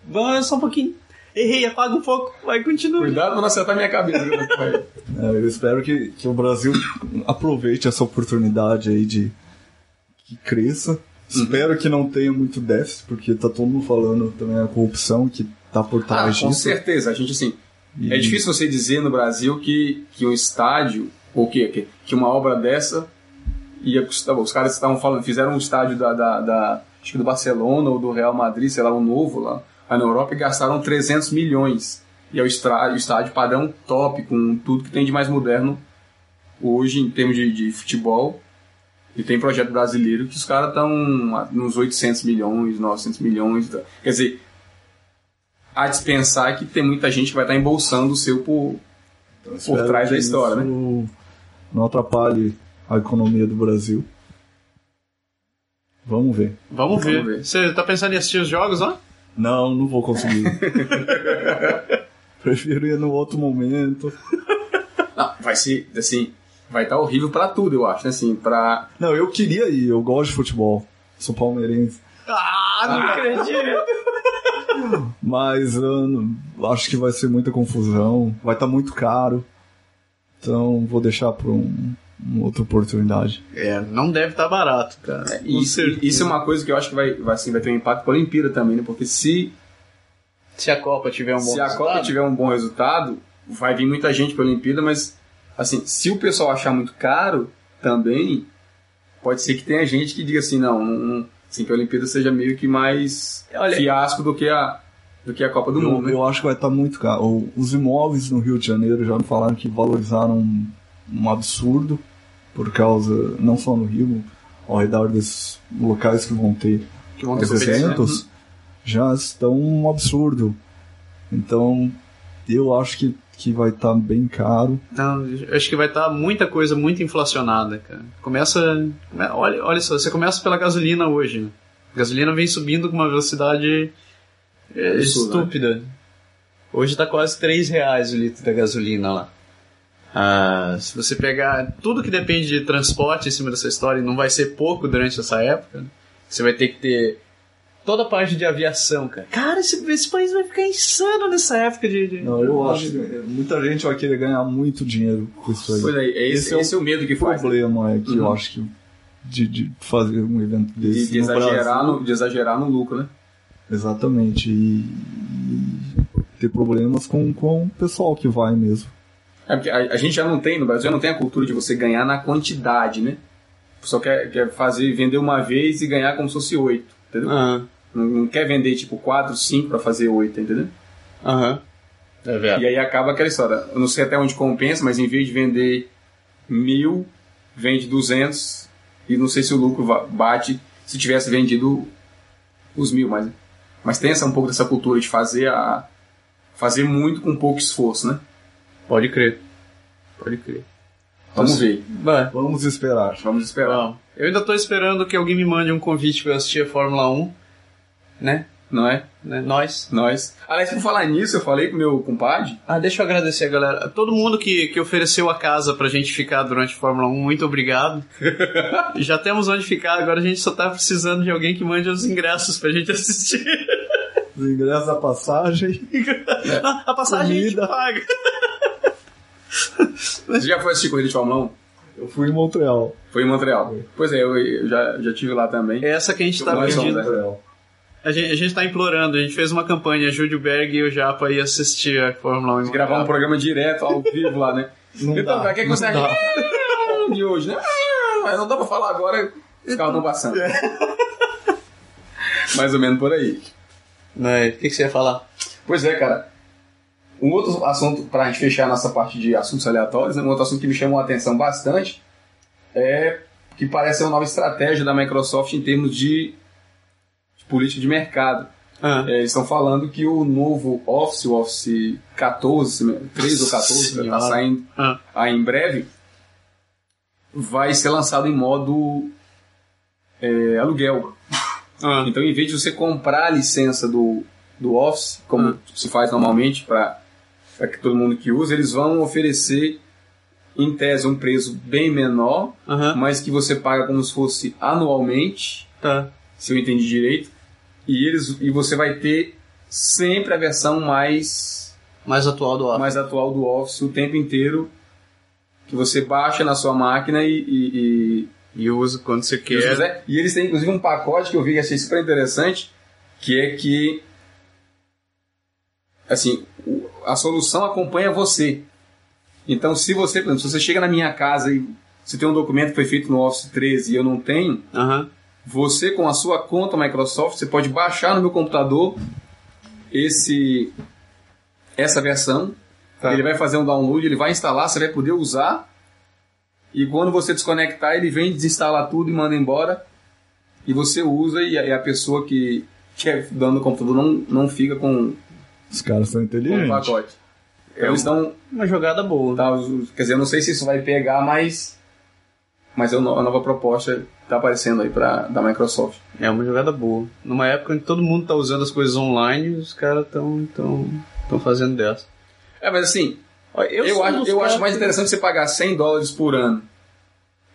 Speaker 1: Vamos, só um pouquinho. Errei, apaga um pouco, vai, continua.
Speaker 2: Cuidado pra não acertar minha cabeça.
Speaker 3: É, eu espero que, que o Brasil aproveite essa oportunidade aí de que cresça.
Speaker 2: Uhum.
Speaker 3: Espero que não tenha muito déficit, porque tá todo mundo falando também a corrupção que tá por
Speaker 2: ah,
Speaker 3: trás
Speaker 2: com
Speaker 3: disso.
Speaker 2: certeza. A gente, assim,
Speaker 3: E-
Speaker 2: é difícil você dizer no Brasil que, que um estádio, ou que, que, que uma obra dessa ia custar. Os caras estavam falando, fizeram um estádio da, da, da- acho que do Barcelona ou do Real Madrid, sei lá, um novo lá, lá na Europa, e gastaram 300 milhões. E é o estra- o estádio padrão top, com tudo que tem de mais moderno hoje em termos de, de futebol. E tem projeto brasileiro que os caras estão nos 800 milhões, 900 milhões. e tal. Quer dizer, a dispensar que tem muita gente que vai estar embolsando o seu por.
Speaker 3: Então, Espero
Speaker 2: trás
Speaker 3: que
Speaker 2: da história, né?
Speaker 3: isso Não atrapalhe a economia do Brasil. Vamos ver.
Speaker 1: Vamos ver.
Speaker 2: Vamos ver.
Speaker 1: Você tá pensando em assistir os jogos lá?
Speaker 3: Não, não vou
Speaker 2: [LAUGHS]
Speaker 3: conseguir. Prefiro ir no outro momento.
Speaker 2: Não, vai ser, assim, vai estar horrível pra tudo, eu acho, né? Assim, pra.
Speaker 3: Não, eu queria ir, eu gosto de futebol. Sou palmeirense.
Speaker 1: Ah, não acredito.
Speaker 3: Mas eu não- acho que vai ser muita confusão. Vai estar muito caro. Então vou deixar para um, uma outra oportunidade.
Speaker 1: [LAUGHS] É, não deve estar barato, cara. Com
Speaker 2: Isso,
Speaker 1: certeza.
Speaker 2: isso é uma coisa que eu acho que vai, vai, assim, vai ter um impacto pra Olimpíada também, né? Porque se,
Speaker 1: Se a Copa tiver um bom
Speaker 2: se a Copa
Speaker 1: resultado,
Speaker 2: tiver um bom resultado, vai vir muita gente pra Olimpíada, mas, assim, se o pessoal achar muito caro também, pode ser que tenha gente que diga assim, não, não, não- assim, que a Olimpíada seja meio que mais
Speaker 1: Olha-
Speaker 2: fiasco do que a, do que a Copa do Mundo,
Speaker 3: Eu,
Speaker 2: né?
Speaker 3: eu acho que vai estar muito caro. O- Os imóveis no Rio de Janeiro já me falaram que valorizaram um, um absurdo por causa, não só no Rio, ao redor desses locais que vão ter
Speaker 1: que vão ter
Speaker 3: os
Speaker 1: competição.
Speaker 3: eventos Uhum. já estão um absurdo. Então, eu acho que, que vai estar bem caro.
Speaker 1: Não, eu Então, acho que vai estar muita coisa muito inflacionada, cara. Começa. come- Olha, olha só, você começa pela gasolina hoje, né? A gasolina vem subindo com uma velocidade é,
Speaker 2: Absurda, né?
Speaker 1: estúpida. Hoje tá quase 3 reais o litro da gasolina lá. Ah, se você pegar tudo que depende de transporte em cima dessa história, e não vai ser pouco durante essa época, né? você vai ter que ter toda a parte de aviação, cara. Cara, esse, esse país vai ficar insano nessa época de. de-
Speaker 3: Não, eu acho que muita gente vai querer ganhar muito dinheiro com isso aí.
Speaker 2: Pois é, é esse,
Speaker 3: Esse é
Speaker 2: esse é o medo que
Speaker 3: O
Speaker 2: faz.
Speaker 3: problema é que
Speaker 2: Uhum.
Speaker 3: eu acho que de, de fazer um evento desse.
Speaker 2: De, de
Speaker 3: no
Speaker 2: exagerar
Speaker 3: Brasil.
Speaker 2: no, de exagerar no lucro, né?
Speaker 3: Exatamente. E, e ter problemas com, com o pessoal que vai mesmo.
Speaker 2: É porque a, a gente já não tem, no Brasil, já não tem a cultura de você ganhar na quantidade, né? Só quer, quer fazer, vender uma vez e ganhar como se fosse oito, entendeu?
Speaker 1: Ah,
Speaker 2: Não, não quer vender tipo quatro, cinco pra fazer oito, entendeu?
Speaker 1: Aham. É verdade.
Speaker 2: E aí acaba aquela história. Eu não sei até onde compensa, mas em vez de vender mil, vende 200 e não sei se o lucro va- bate se tivesse vendido os mil, mas mas tem essa um pouco dessa cultura de fazer a fazer muito com pouco esforço, né?
Speaker 1: Pode crer. Pode crer.
Speaker 2: Vamos
Speaker 1: Nossa.
Speaker 2: ver,
Speaker 1: Vai.
Speaker 3: Vamos esperar.
Speaker 2: vamos esperar.
Speaker 1: Bom, eu ainda tô esperando que alguém me mande um convite pra eu assistir a Fórmula 1, né?
Speaker 2: Não é?
Speaker 1: né? Nós.
Speaker 2: Nós. Aliás, por falar nisso, eu falei com meu compadre.
Speaker 1: Ah, deixa eu agradecer a galera. A Todo mundo que, que ofereceu a casa pra gente ficar durante a Fórmula 1, muito obrigado. Já temos onde ficar, agora a gente só tá precisando de alguém que mande os ingressos pra gente assistir.
Speaker 3: Os ingressos, a passagem. [LAUGHS]
Speaker 1: [LAUGHS] A passagem a gente
Speaker 3: Comida.
Speaker 1: paga.
Speaker 2: Você já foi assistir corrida de Fórmula 1?
Speaker 3: Eu fui em Montreal.
Speaker 2: Foi em Montreal. Pois é, eu, eu já já tive lá também.
Speaker 1: É essa que a gente tá
Speaker 2: Nós
Speaker 1: pedindo.
Speaker 2: vamos, né?
Speaker 3: Montreal.
Speaker 1: A gente, a gente tá implorando, a gente fez uma campanha, ajude o Berg e o Japa aí assistir a Fórmula 1. em
Speaker 2: Gravar um
Speaker 1: Montreal.
Speaker 2: programa direto ao vivo lá, né?
Speaker 3: Não
Speaker 2: então,
Speaker 3: dá,
Speaker 2: pra que que
Speaker 3: não
Speaker 2: você acha
Speaker 3: dá.
Speaker 2: Ah, [LAUGHS] de hoje, né? Ah, Mas não dá pra falar agora, os carros estão passando.
Speaker 3: É.
Speaker 2: Mais ou menos por aí.
Speaker 1: Né, O que, que você ia falar?
Speaker 2: Pois é, cara. Um outro assunto, pra gente fechar nossa parte de assuntos aleatórios, né? um outro assunto que me chamou a atenção bastante é que parece ser uma nova estratégia da Microsoft em termos de, de política de mercado.
Speaker 1: Ah,
Speaker 2: É, eles estão falando que o novo Office, o Office 14, né, 13 ou 14, que tá
Speaker 1: Senhora.
Speaker 2: saindo
Speaker 1: Ah.
Speaker 2: aí em breve, vai ser lançado em modo é, aluguel.
Speaker 1: ah,
Speaker 2: Então, em vez de você comprar a licença do, do Office, como se faz normalmente para que todo mundo que usa, eles vão oferecer, em tese, um preço bem menor,
Speaker 1: aham,
Speaker 2: mas que você paga como se fosse anualmente
Speaker 1: tá.
Speaker 2: se eu entendi direito. E eles e você vai ter sempre a versão mais
Speaker 1: Mais atual do ar.
Speaker 2: mais atual do Office o tempo inteiro que você baixa na sua máquina e e, e-
Speaker 1: E usa quando você
Speaker 2: e
Speaker 1: quer.
Speaker 2: usa. E eles têm inclusive um pacote que eu vi que achei super interessante, que é que assim, o- a solução acompanha você. Então, se você, por exemplo, se você chega na minha casa e você tem um documento que foi feito no Office 13 e eu não tenho,
Speaker 1: Aham.
Speaker 2: você com a sua conta Microsoft, você pode baixar no meu computador esse essa versão.
Speaker 1: Tá.
Speaker 2: Ele vai fazer um download, ele vai instalar, você vai poder usar. E quando você desconectar, ele vem desinstala tudo e manda embora. E você usa e a, e a pessoa que que é dando o computador não, não fica com,
Speaker 3: Os caras são
Speaker 2: com o
Speaker 3: inteligentes.
Speaker 2: pacote. Eles estão
Speaker 1: Uma jogada boa.
Speaker 2: Tá, os- os- quer dizer, eu não sei se isso vai pegar, mas. Mas é uma a nova proposta tá aparecendo aí pra, da Microsoft.
Speaker 1: É uma jogada boa. Numa época em que todo mundo tá usando as coisas online, os caras tão, tão, tão fazendo dessa.
Speaker 2: É, mas assim,
Speaker 1: Ó,
Speaker 2: eu,
Speaker 1: sou um
Speaker 2: acho,
Speaker 1: dos
Speaker 2: eu
Speaker 1: caras
Speaker 2: acho mais
Speaker 1: que-
Speaker 2: interessante você pagar 100 dólares por ano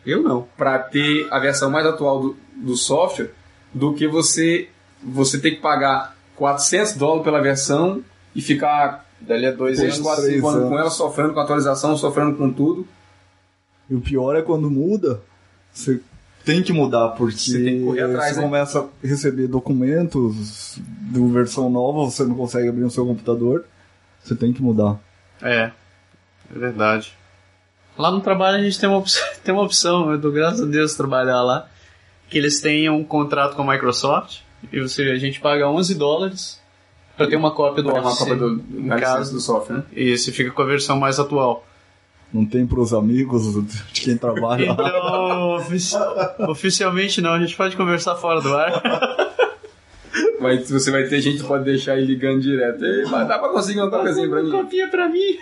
Speaker 1: Eu não.
Speaker 2: pra ter a versão mais atual do, do software do que você você ter que pagar 400 dólares pela versão e ficar
Speaker 1: Dali a dois
Speaker 2: 3,
Speaker 1: anos.
Speaker 2: 4,
Speaker 3: três
Speaker 2: 5 anos
Speaker 3: anos.
Speaker 2: com ela, sofrendo com a atualização, sofrendo com tudo.
Speaker 3: E o pior é quando muda, você tem que mudar, porque
Speaker 2: Você tem que correr atrás,
Speaker 3: você
Speaker 2: né?
Speaker 3: começa a receber documentos de uma versão nova, você não consegue abrir o seu computador, você tem que mudar.
Speaker 1: É. É verdade. Lá no trabalho a gente tem uma opção, [LAUGHS] tem uma opção eu dou graças a Deus trabalhar lá, que eles têm um contrato com a Microsoft, e você, a gente paga 11 dólares pra ter uma cópia do
Speaker 2: Pra uma
Speaker 1: Office.
Speaker 2: cópia do,
Speaker 1: em
Speaker 2: da licença
Speaker 1: casa.
Speaker 2: do software, né?
Speaker 1: E você fica com a versão mais atual.
Speaker 3: Não tem pros amigos de quem trabalha
Speaker 2: [LAUGHS]
Speaker 3: lá.
Speaker 1: Então, ofici- oficialmente não, a gente pode conversar fora do ar.
Speaker 2: Vai, você vai ter gente que pode deixar ele ligando direto. Ei, mas dá pra conseguir uma coisinha pra mim?
Speaker 1: Copia pra mim.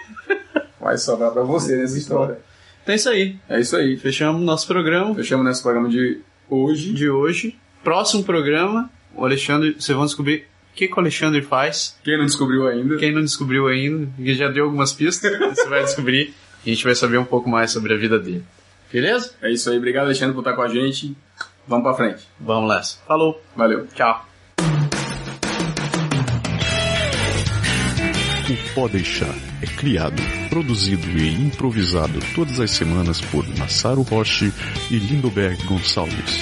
Speaker 2: Vai sobrar pra você nessa história.
Speaker 1: Então é isso aí.
Speaker 2: É isso aí.
Speaker 1: Fechamos nosso programa
Speaker 2: Fechamos nosso programa de hoje.
Speaker 1: de hoje. Próximo programa, o Alexandre, vocês vão descobrir o que, que o Alexandre faz.
Speaker 2: Quem não descobriu ainda,
Speaker 1: Quem não descobriu ainda, que já deu algumas pistas, [LAUGHS] você vai descobrir. A gente vai saber um pouco mais sobre a vida dele. Beleza?
Speaker 2: é isso aí. Obrigado, Alexandre, por estar com a gente. Vamos pra frente.
Speaker 1: Vamos nessa. Falou.
Speaker 2: Valeu.
Speaker 1: Tchau.
Speaker 5: O Pó Deixar é criado, produzido e improvisado todas as semanas por Massaro Roche e Lindoberg Gonçalves.